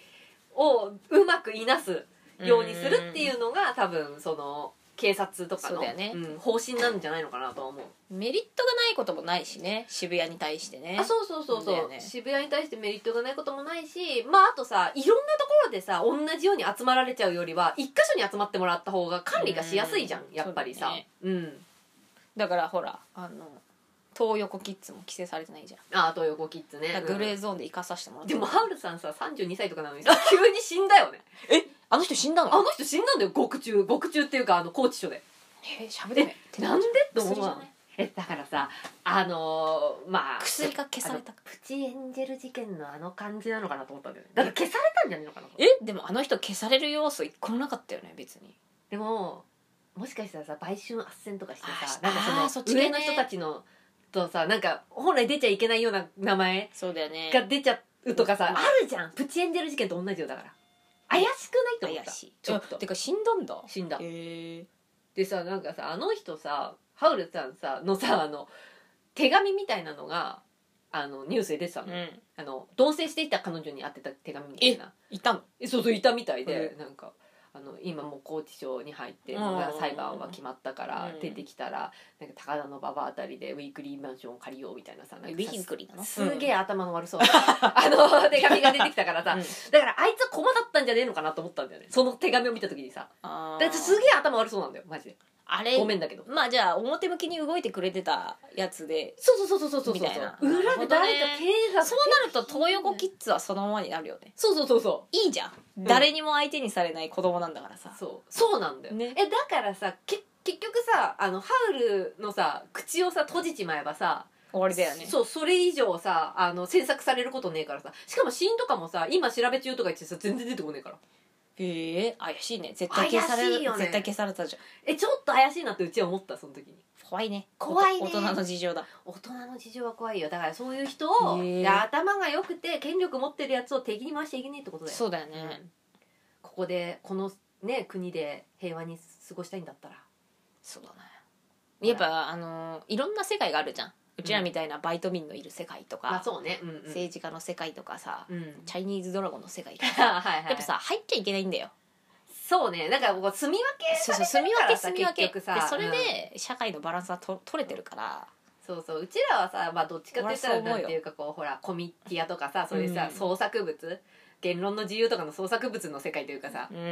Speaker 2: をうまくいなすようにするっていうのが、多分その警察とか
Speaker 1: そ
Speaker 2: の
Speaker 1: うだよね
Speaker 2: ん方針なんじゃないのかなとは思う、
Speaker 1: メリットがないこともないしね渋谷に対してね
Speaker 2: あそうそうそう
Speaker 1: だ
Speaker 2: そう、
Speaker 1: よね
Speaker 2: 渋谷に対してメリットがないこともないしまああとさいろんなところでさ同じように集まられちゃうよりは一箇所に集まってもらった方が管理がしやすいじゃん
Speaker 1: うん
Speaker 2: やっぱりさ
Speaker 1: そうだね
Speaker 2: うん
Speaker 1: だからほらあの東横キッズも規制されてないじゃん
Speaker 2: ああと横キッズね
Speaker 1: だからグレ
Speaker 2: う
Speaker 1: ーゾーンで生かさせてもらっ
Speaker 2: ん
Speaker 1: てる
Speaker 2: でもハウルさんさ32歳とかなのにさ *laughs* 急に死んだよね
Speaker 1: あの人死んだ
Speaker 2: あ
Speaker 1: の
Speaker 2: の人死んだんだよ獄中獄中っていうかあの拘置所で
Speaker 1: えー、しゃべれね
Speaker 2: なんでって思うわ
Speaker 1: 薬
Speaker 2: えだからさあのーまあ
Speaker 1: 薬が消されたか
Speaker 2: プチエンジェル事件のあの感じなのかなと思ったんだよねだから消されたんじゃないのかな
Speaker 1: えでもあの人消される要素一個もなかったよね別に
Speaker 2: でももしかしたらさ売春斡旋とかして
Speaker 1: あ
Speaker 2: さ
Speaker 1: し
Speaker 2: なん
Speaker 1: あ
Speaker 2: か
Speaker 1: ー
Speaker 2: そ
Speaker 1: そ
Speaker 2: の
Speaker 1: っち
Speaker 2: 上
Speaker 1: 系ね
Speaker 2: の人たちのとさなんか本来出ちゃいけないような名前
Speaker 1: そうだよね
Speaker 2: が出ちゃうとかさ、
Speaker 1: うん
Speaker 2: あるじゃんプチエンジェル事件と同じよだから怪しくないと思った
Speaker 1: 怪しい
Speaker 2: ちょっと
Speaker 1: てか死んだんだ
Speaker 2: 死んだ
Speaker 1: へ
Speaker 2: でさなんかさあの人さハウルさんさのさあの手紙みたいなのがあのニュースで出て
Speaker 1: え
Speaker 2: た
Speaker 1: う
Speaker 2: の,、
Speaker 1: ん
Speaker 2: あの同棲していた彼女に宛てた手紙みたいない
Speaker 1: たの
Speaker 2: えそうそういたみたいで、
Speaker 1: う
Speaker 2: なんかあの今もう拘置所に入って、
Speaker 1: うん
Speaker 2: まあ裁判は決まったから、
Speaker 1: うん
Speaker 2: 出てきたらなんか高田の馬場あたりでウィークリーマンションを借りようみたいなさなん
Speaker 1: ウ
Speaker 2: か
Speaker 1: ィヒ
Speaker 2: さ
Speaker 1: クリなの
Speaker 2: すげえ頭の悪そうな、 *laughs* あの手紙が出てきたからさ、
Speaker 1: うん
Speaker 2: だからあいつは駒だったんじゃねえのかなと思ったんだよねその手紙を見た時にさ
Speaker 1: あ
Speaker 2: だ
Speaker 1: ー
Speaker 2: ってすげえ頭悪そうなんだよマジで
Speaker 1: あれ
Speaker 2: ごめんだけど
Speaker 1: まあじゃあ表向きに動いてくれてたやつで
Speaker 2: そうそうそうそうそうそう
Speaker 1: みたいな
Speaker 2: 裏で誰か手が
Speaker 1: そうなると東横キッズはそのままになるよね
Speaker 2: そうそうそうそ
Speaker 1: いいじゃん、誰にも相手にされない子供なんだからさ
Speaker 2: うそうそうなんだよ、
Speaker 1: ね
Speaker 2: えだからさけ結局さあのハウルのさ口をさ閉じちまえばさ
Speaker 1: 終わりだよね
Speaker 2: そうそれ以上さあの詮索されることねえからさしかも死因とかもさ今調べ中とか言ってさ全然出てこねえから
Speaker 1: へえ怪しいね絶対消され
Speaker 2: 怪しい
Speaker 1: る、
Speaker 2: よね
Speaker 1: 絶対消されたじゃん
Speaker 2: えちょっと怪しいなってうちは思ったその時に
Speaker 1: 怖いね
Speaker 2: 怖いね
Speaker 1: 大人の事情だ
Speaker 2: 大人の事情は怖いよだからそういう人を、
Speaker 1: ねえ
Speaker 2: で頭が良くて権力持ってるやつを敵に回しちゃいけないってことだよ
Speaker 1: そうだよ
Speaker 2: う
Speaker 1: ね、
Speaker 2: んここでこのね国で平和に過ごしたいんだったら
Speaker 1: そうだねやっぱあのーいろんな世界があるじゃんうちらみたいなバイト民のいる世界と
Speaker 2: ま
Speaker 1: か
Speaker 2: あ、そうねうんうん
Speaker 1: 政治家の世界とかさ、
Speaker 2: うん *laughs*
Speaker 1: チャイニーズドラゴンの世界とか
Speaker 2: はいはいはい
Speaker 1: やっぱさ入っちゃいけないんだよ
Speaker 2: そうねなんかこう住み分け
Speaker 1: そう
Speaker 2: さ
Speaker 1: そう住
Speaker 2: れて
Speaker 1: み
Speaker 2: るか
Speaker 1: 分け
Speaker 2: らさ
Speaker 1: 住み分け
Speaker 2: 結局さ
Speaker 1: でそれ
Speaker 2: うん
Speaker 1: で社会のバランスはと取れてるから、
Speaker 2: そうそううちらはさ、まあ、どっちかって言ったら
Speaker 1: 俺はそう思
Speaker 2: な
Speaker 1: うんよ
Speaker 2: ていうかこうほらコミティアとかさそういうさ、
Speaker 1: うん
Speaker 2: 創作物言論の自由とかの創作物の世界というかさ、
Speaker 1: うんうん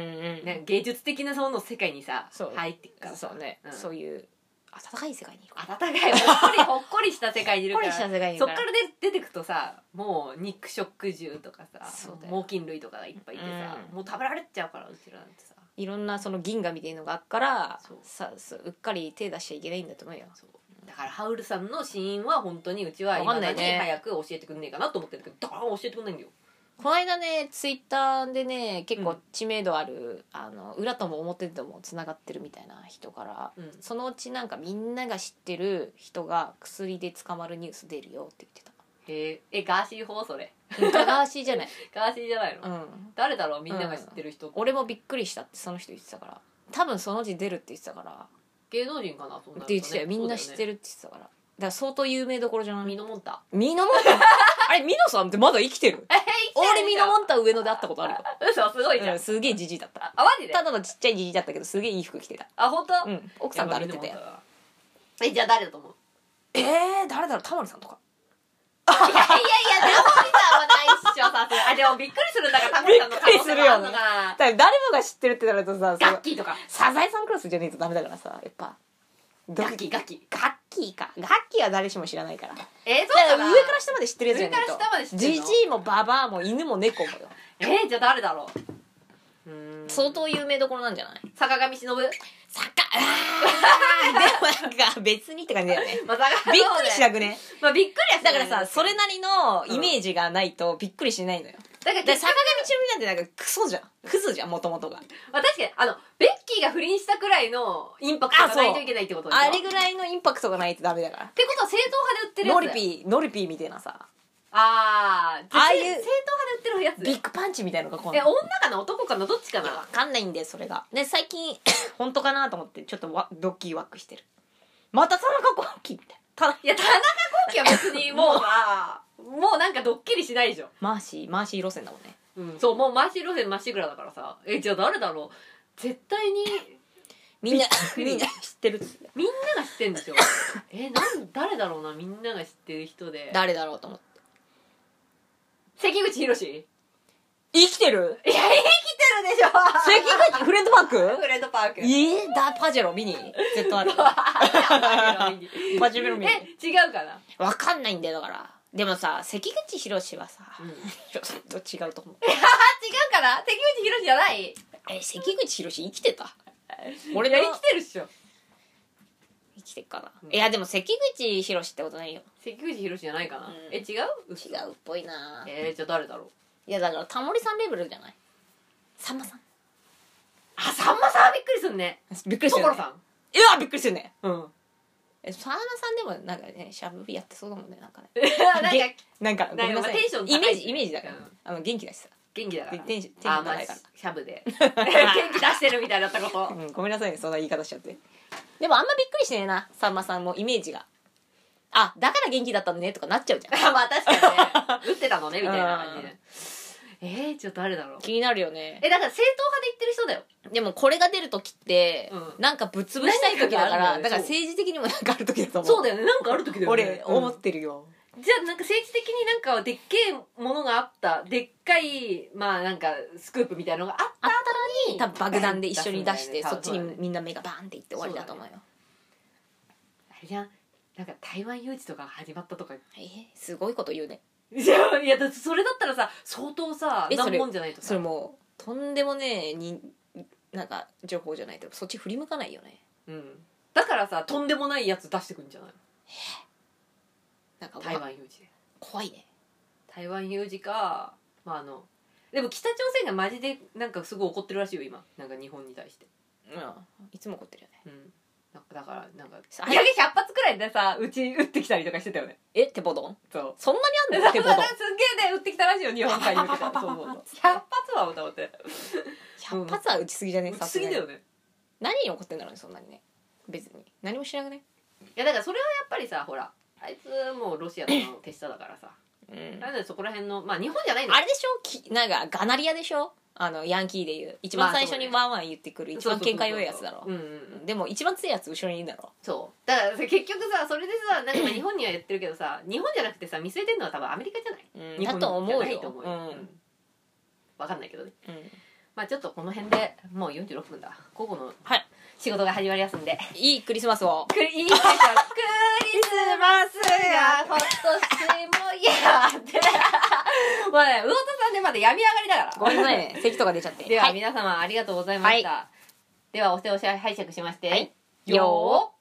Speaker 2: ね、芸術的なその世界にさ
Speaker 1: そう
Speaker 2: 入っていくからさ
Speaker 1: そうね、
Speaker 2: うん
Speaker 1: そういう温かい世界にいるから
Speaker 2: 温かいほっこりほっこりした世界にいる
Speaker 1: ほっ
Speaker 2: か
Speaker 1: こ
Speaker 2: ら
Speaker 1: りした世界にい
Speaker 2: そ
Speaker 1: る
Speaker 2: っ
Speaker 1: か
Speaker 2: かららで出てくとさもう肉食獣とかさ
Speaker 1: そうだよ
Speaker 2: 猛禽類とかがいっぱいいてさ、
Speaker 1: うん
Speaker 2: もう食べられちゃうからうちらなんてさ
Speaker 1: いろんなその銀河みたいのがあっから
Speaker 2: そう
Speaker 1: さそううっかり手出しちゃいけないんだと思うよ
Speaker 2: そうだからハウルさんの死因は本当にうちは
Speaker 1: わ
Speaker 2: 今
Speaker 1: かんない
Speaker 2: だに
Speaker 1: ね
Speaker 2: 早く教えてくんねえかなと思ってるけどだから教えてくんないんだよ
Speaker 1: この間ねツイッターでね結
Speaker 2: う
Speaker 1: 構
Speaker 2: ん
Speaker 1: 知名度ある、あの裏とも表ともつながってるみたいな人から、
Speaker 2: うん
Speaker 1: そのうちなんかみんなが知ってる人が薬で捕まるニュース出るよって言ってた
Speaker 2: へええガーシー法それ
Speaker 1: うんガーシーじゃない、
Speaker 2: *laughs* ガーシーじゃないの、
Speaker 1: うん、
Speaker 2: 誰だろうみんなが知ってる人、
Speaker 1: 俺もびっくりしたってその人言ってたから多分そのうち出るって言ってたから
Speaker 2: 芸能人かなそんな、
Speaker 1: って言ってたよみんな知って
Speaker 2: る
Speaker 1: るって言ってたからだから相当有名どころじゃない
Speaker 2: ミノモンタ
Speaker 1: ミノモンタ *laughs* あれミノさんってまだ生きてる俺ミノモンタ上野で会ったことあるよ、
Speaker 2: *laughs* 嘘すごいじゃん、
Speaker 1: うん、すげえじじいだった
Speaker 2: あマジで
Speaker 1: ただのちっちゃいじじいだったけどすげえいい服着てた、
Speaker 2: あ本当、
Speaker 1: うん、奥さんと歩いてたよ
Speaker 2: えじゃあ誰だと
Speaker 1: *laughs*
Speaker 2: 思う
Speaker 1: えー、誰だろうタモリさんとか
Speaker 2: いやいやいや、タモリさんはないっしょ、さすがあ、でもびっくりするんだから、タモリさんの可能性もあるのかな。
Speaker 1: だから誰もが知ってるってなるとさそ
Speaker 2: ガッ
Speaker 1: の
Speaker 2: キーとか。
Speaker 1: サザエさんクラスじゃねえとダメだからさやっぱド
Speaker 2: ガッキ
Speaker 1: キ
Speaker 2: ー、ガッキー。
Speaker 1: ガッキーかガッキーは誰しも知らないから
Speaker 2: えー、そう
Speaker 1: だ
Speaker 2: だ
Speaker 1: から
Speaker 2: な
Speaker 1: 上から下まで知ってるやつじゃない
Speaker 2: 上から下まで知
Speaker 1: と
Speaker 2: ってん
Speaker 1: じ
Speaker 2: の
Speaker 1: じいもババアも犬も猫もよ
Speaker 2: えー、じゃあ誰だろう。うーん
Speaker 1: 相当有名どころなんじゃない
Speaker 2: 坂上忍
Speaker 1: 坂あー *laughs* でもなんか別にって感じだよね
Speaker 2: まあ、坂
Speaker 1: びっくりしなくね
Speaker 2: まあ、びっくりは
Speaker 1: だからさそれ
Speaker 2: な
Speaker 1: なりのイメージがないとびっくりしないのよ
Speaker 2: だから
Speaker 1: だから
Speaker 2: 結局
Speaker 1: 坂上忍なんてなんかクソじゃんクズじゃんもともとが
Speaker 2: まあ、確かに、あの、ベッキーが不倫したくらいのインパクトがないといけないってことでしょ
Speaker 1: あれ
Speaker 2: っ
Speaker 1: ぐらいのインパクトがないとダメだから
Speaker 2: てことは正統派で売ってるやつ
Speaker 1: ノ
Speaker 2: だ
Speaker 1: リ
Speaker 2: よ。
Speaker 1: ピーノリピーみたいなさ
Speaker 2: あー、
Speaker 1: ああいう
Speaker 2: 正統派で売ってる
Speaker 1: ビ
Speaker 2: や
Speaker 1: ッグパンチみたいのがこ
Speaker 2: つ。
Speaker 1: う
Speaker 2: え、女かな男かなどっちか
Speaker 1: いや
Speaker 2: な
Speaker 1: わかんないんだよそれがで最近 *coughs* 本当かなと思ってちょっとわドッキリワックしてるまた田中幸喜みたいなた
Speaker 2: いや、田中幸喜は別にもう、まあ、もうなんかドッキリしないでしょ。
Speaker 1: マーシーマーシー路線だもんね
Speaker 2: うん、そう、もうマーシー路線まっしぐらだからさ。え、じゃあ誰だろう絶対に、
Speaker 1: みんな
Speaker 2: びっく
Speaker 1: *laughs*
Speaker 2: り
Speaker 1: みんな知ってる
Speaker 2: みんなが知ってんでしょ。 *laughs* え、なん、誰だろうな、みんなが知ってる人で。
Speaker 1: 誰だろうと思って
Speaker 2: 関口博士いや、
Speaker 1: 生きてる
Speaker 2: 生きてるでしょ
Speaker 1: 関口フレンドパー
Speaker 2: フ *laughs*
Speaker 1: ク
Speaker 2: レンドパーク。
Speaker 1: えー、だパジェロ見に絶対ある
Speaker 2: パジェロ見に
Speaker 1: パジェロ見に
Speaker 2: え、違うかな
Speaker 1: わかんないんだよだからでもさ関口宏はさ、 *laughs*
Speaker 2: うん。あ、違
Speaker 1: ちょっと違うと思う
Speaker 2: うかな関口博士じゃないい
Speaker 1: え関口宏生きてた俺
Speaker 2: や、
Speaker 1: の
Speaker 2: 生きてるっしょ。
Speaker 1: 生きてっかな、
Speaker 2: うん
Speaker 1: いやでも関口宏ってことないよ
Speaker 2: 関口宏じゃないかな、
Speaker 1: うん
Speaker 2: え違う
Speaker 1: 違うっぽいな
Speaker 2: えー、じゃあ誰だろう
Speaker 1: いやだからタモリさんレベルじゃないさんまさん
Speaker 2: あさんまさんはびっくりすんね
Speaker 1: びっくりするよ
Speaker 2: 所
Speaker 1: ね
Speaker 2: さん
Speaker 1: いやびっくりするね
Speaker 2: うん
Speaker 1: えさんまさんでもなんかねしゃぶりやってそうだもんねなんかね
Speaker 2: *laughs* なんか
Speaker 1: げなんか
Speaker 2: な
Speaker 1: ご
Speaker 2: んか
Speaker 1: めんなさい
Speaker 2: まあテンション高い
Speaker 1: イメージイメージだから、
Speaker 2: うん
Speaker 1: あの元気だし
Speaker 2: *laughs*
Speaker 1: さ
Speaker 2: 元気だから
Speaker 1: テンションテンショ
Speaker 2: あ
Speaker 1: ン
Speaker 2: まあ
Speaker 1: 高いから
Speaker 2: しゃぶで *laughs* 元気出してるみたいだったこ
Speaker 1: う
Speaker 2: と
Speaker 1: ん、ごめんなさいねそんな言い方しちゃってでもあんまびっくりしねえなさんまさんもイメージがあだから元気だったのねとかなっちゃうじゃん
Speaker 2: *laughs* あまあ確か
Speaker 1: *laughs*
Speaker 2: にね打ってたのねみたいな感じでえー、ちょっと誰だろう
Speaker 1: 気になるよね
Speaker 2: えだから正統派で言ってる人だよ
Speaker 1: でもこれが出る時って、
Speaker 2: うん
Speaker 1: なんかぶっ潰したい時だか
Speaker 2: 何かがあ
Speaker 1: ら
Speaker 2: るんだよね
Speaker 1: だから政治的にもなんかある時だと思う
Speaker 2: そうだよねなんかある時だよね
Speaker 1: 俺思
Speaker 2: うん
Speaker 1: ってるよ、
Speaker 2: じゃあなんか政治的になんかでっけえものがあったでっかいまあなんかスクープみたいなのがあった後に
Speaker 1: 多分爆弾で一緒に出して
Speaker 2: *laughs* 出す
Speaker 1: そ
Speaker 2: ん
Speaker 1: っ
Speaker 2: だ
Speaker 1: ちに
Speaker 2: よね多分ね
Speaker 1: みんな目がバーンっていって終わりだと思うよ
Speaker 2: あれじゃんなんか台湾有事とか始まったとか *laughs*
Speaker 1: えーすごいこと言うね
Speaker 2: いやいやだってそれだったらさ相当さ
Speaker 1: え
Speaker 2: な
Speaker 1: それ
Speaker 2: もんじゃないとさ
Speaker 1: それもうとんでもねえになんか情報じゃないとそっち振り向かないよね
Speaker 2: うんだからさとんでもないやつ出してくんじゃない
Speaker 1: なんか
Speaker 2: の
Speaker 1: わ
Speaker 2: 台湾有事で
Speaker 1: 怖いね
Speaker 2: 台湾有事かまああのでも北朝鮮がマジでなんかすごい怒ってるらしいよ今なんか日本に対して
Speaker 1: うんいつも怒ってるよね
Speaker 2: うんなんかだからなんか
Speaker 1: さ
Speaker 2: 矢げ100発くらいでさうち撃ってきたりとかしてたよね
Speaker 1: えテポドン
Speaker 2: そう
Speaker 1: そんなにあんの
Speaker 2: *laughs* なん
Speaker 1: テ
Speaker 2: か
Speaker 1: ポ *laughs*
Speaker 2: す
Speaker 1: ドン
Speaker 2: げえね撃ってきたらしいよ日本海に向けたそうそうそう100発は歌って
Speaker 1: 100発は打ちすぎじゃね
Speaker 2: 撃ちすぎだ
Speaker 1: さ
Speaker 2: よね
Speaker 1: がに何に怒ってんだろうねそんなにね別に何もしなくね
Speaker 2: いやだからそれはやっぱりさほらあいつもうロシアとの手下だからさ
Speaker 1: うん
Speaker 2: なんでそこら辺のまあ日本じゃないんだ
Speaker 1: あれでしょきなんかガナリアでしょあのヤンキーでいう一番最初にワンワン言ってくる一番喧嘩弱いやつだろ
Speaker 2: うんうんうん
Speaker 1: でも一番強いやつ後ろにいるんだろ
Speaker 2: そうだからさ結局さそれでさなんか日本には言ってるけどさ日本じゃなくてさ見据えてるのは多分アメリカじゃない
Speaker 1: うん
Speaker 2: 日
Speaker 1: だ
Speaker 2: 本
Speaker 1: と思う
Speaker 2: じゃ
Speaker 1: よ
Speaker 2: ないと思う
Speaker 1: う
Speaker 2: よ、うん
Speaker 1: ん
Speaker 2: わかんないけどね
Speaker 1: うん
Speaker 2: まあちょっとこの辺でもう46分だ午後の
Speaker 1: はい
Speaker 2: 仕事が始まりますんで
Speaker 1: いいクリスマスを
Speaker 2: クリいいですよクリスマスが今年もやって *laughs* もうね魚田さんねまだ病み上がりだから
Speaker 1: ごめんなさいね咳とか出ちゃって
Speaker 2: では、
Speaker 1: はい
Speaker 2: 皆様ありがとうございました、ではお世話を拝借しまして、
Speaker 1: はい
Speaker 2: よー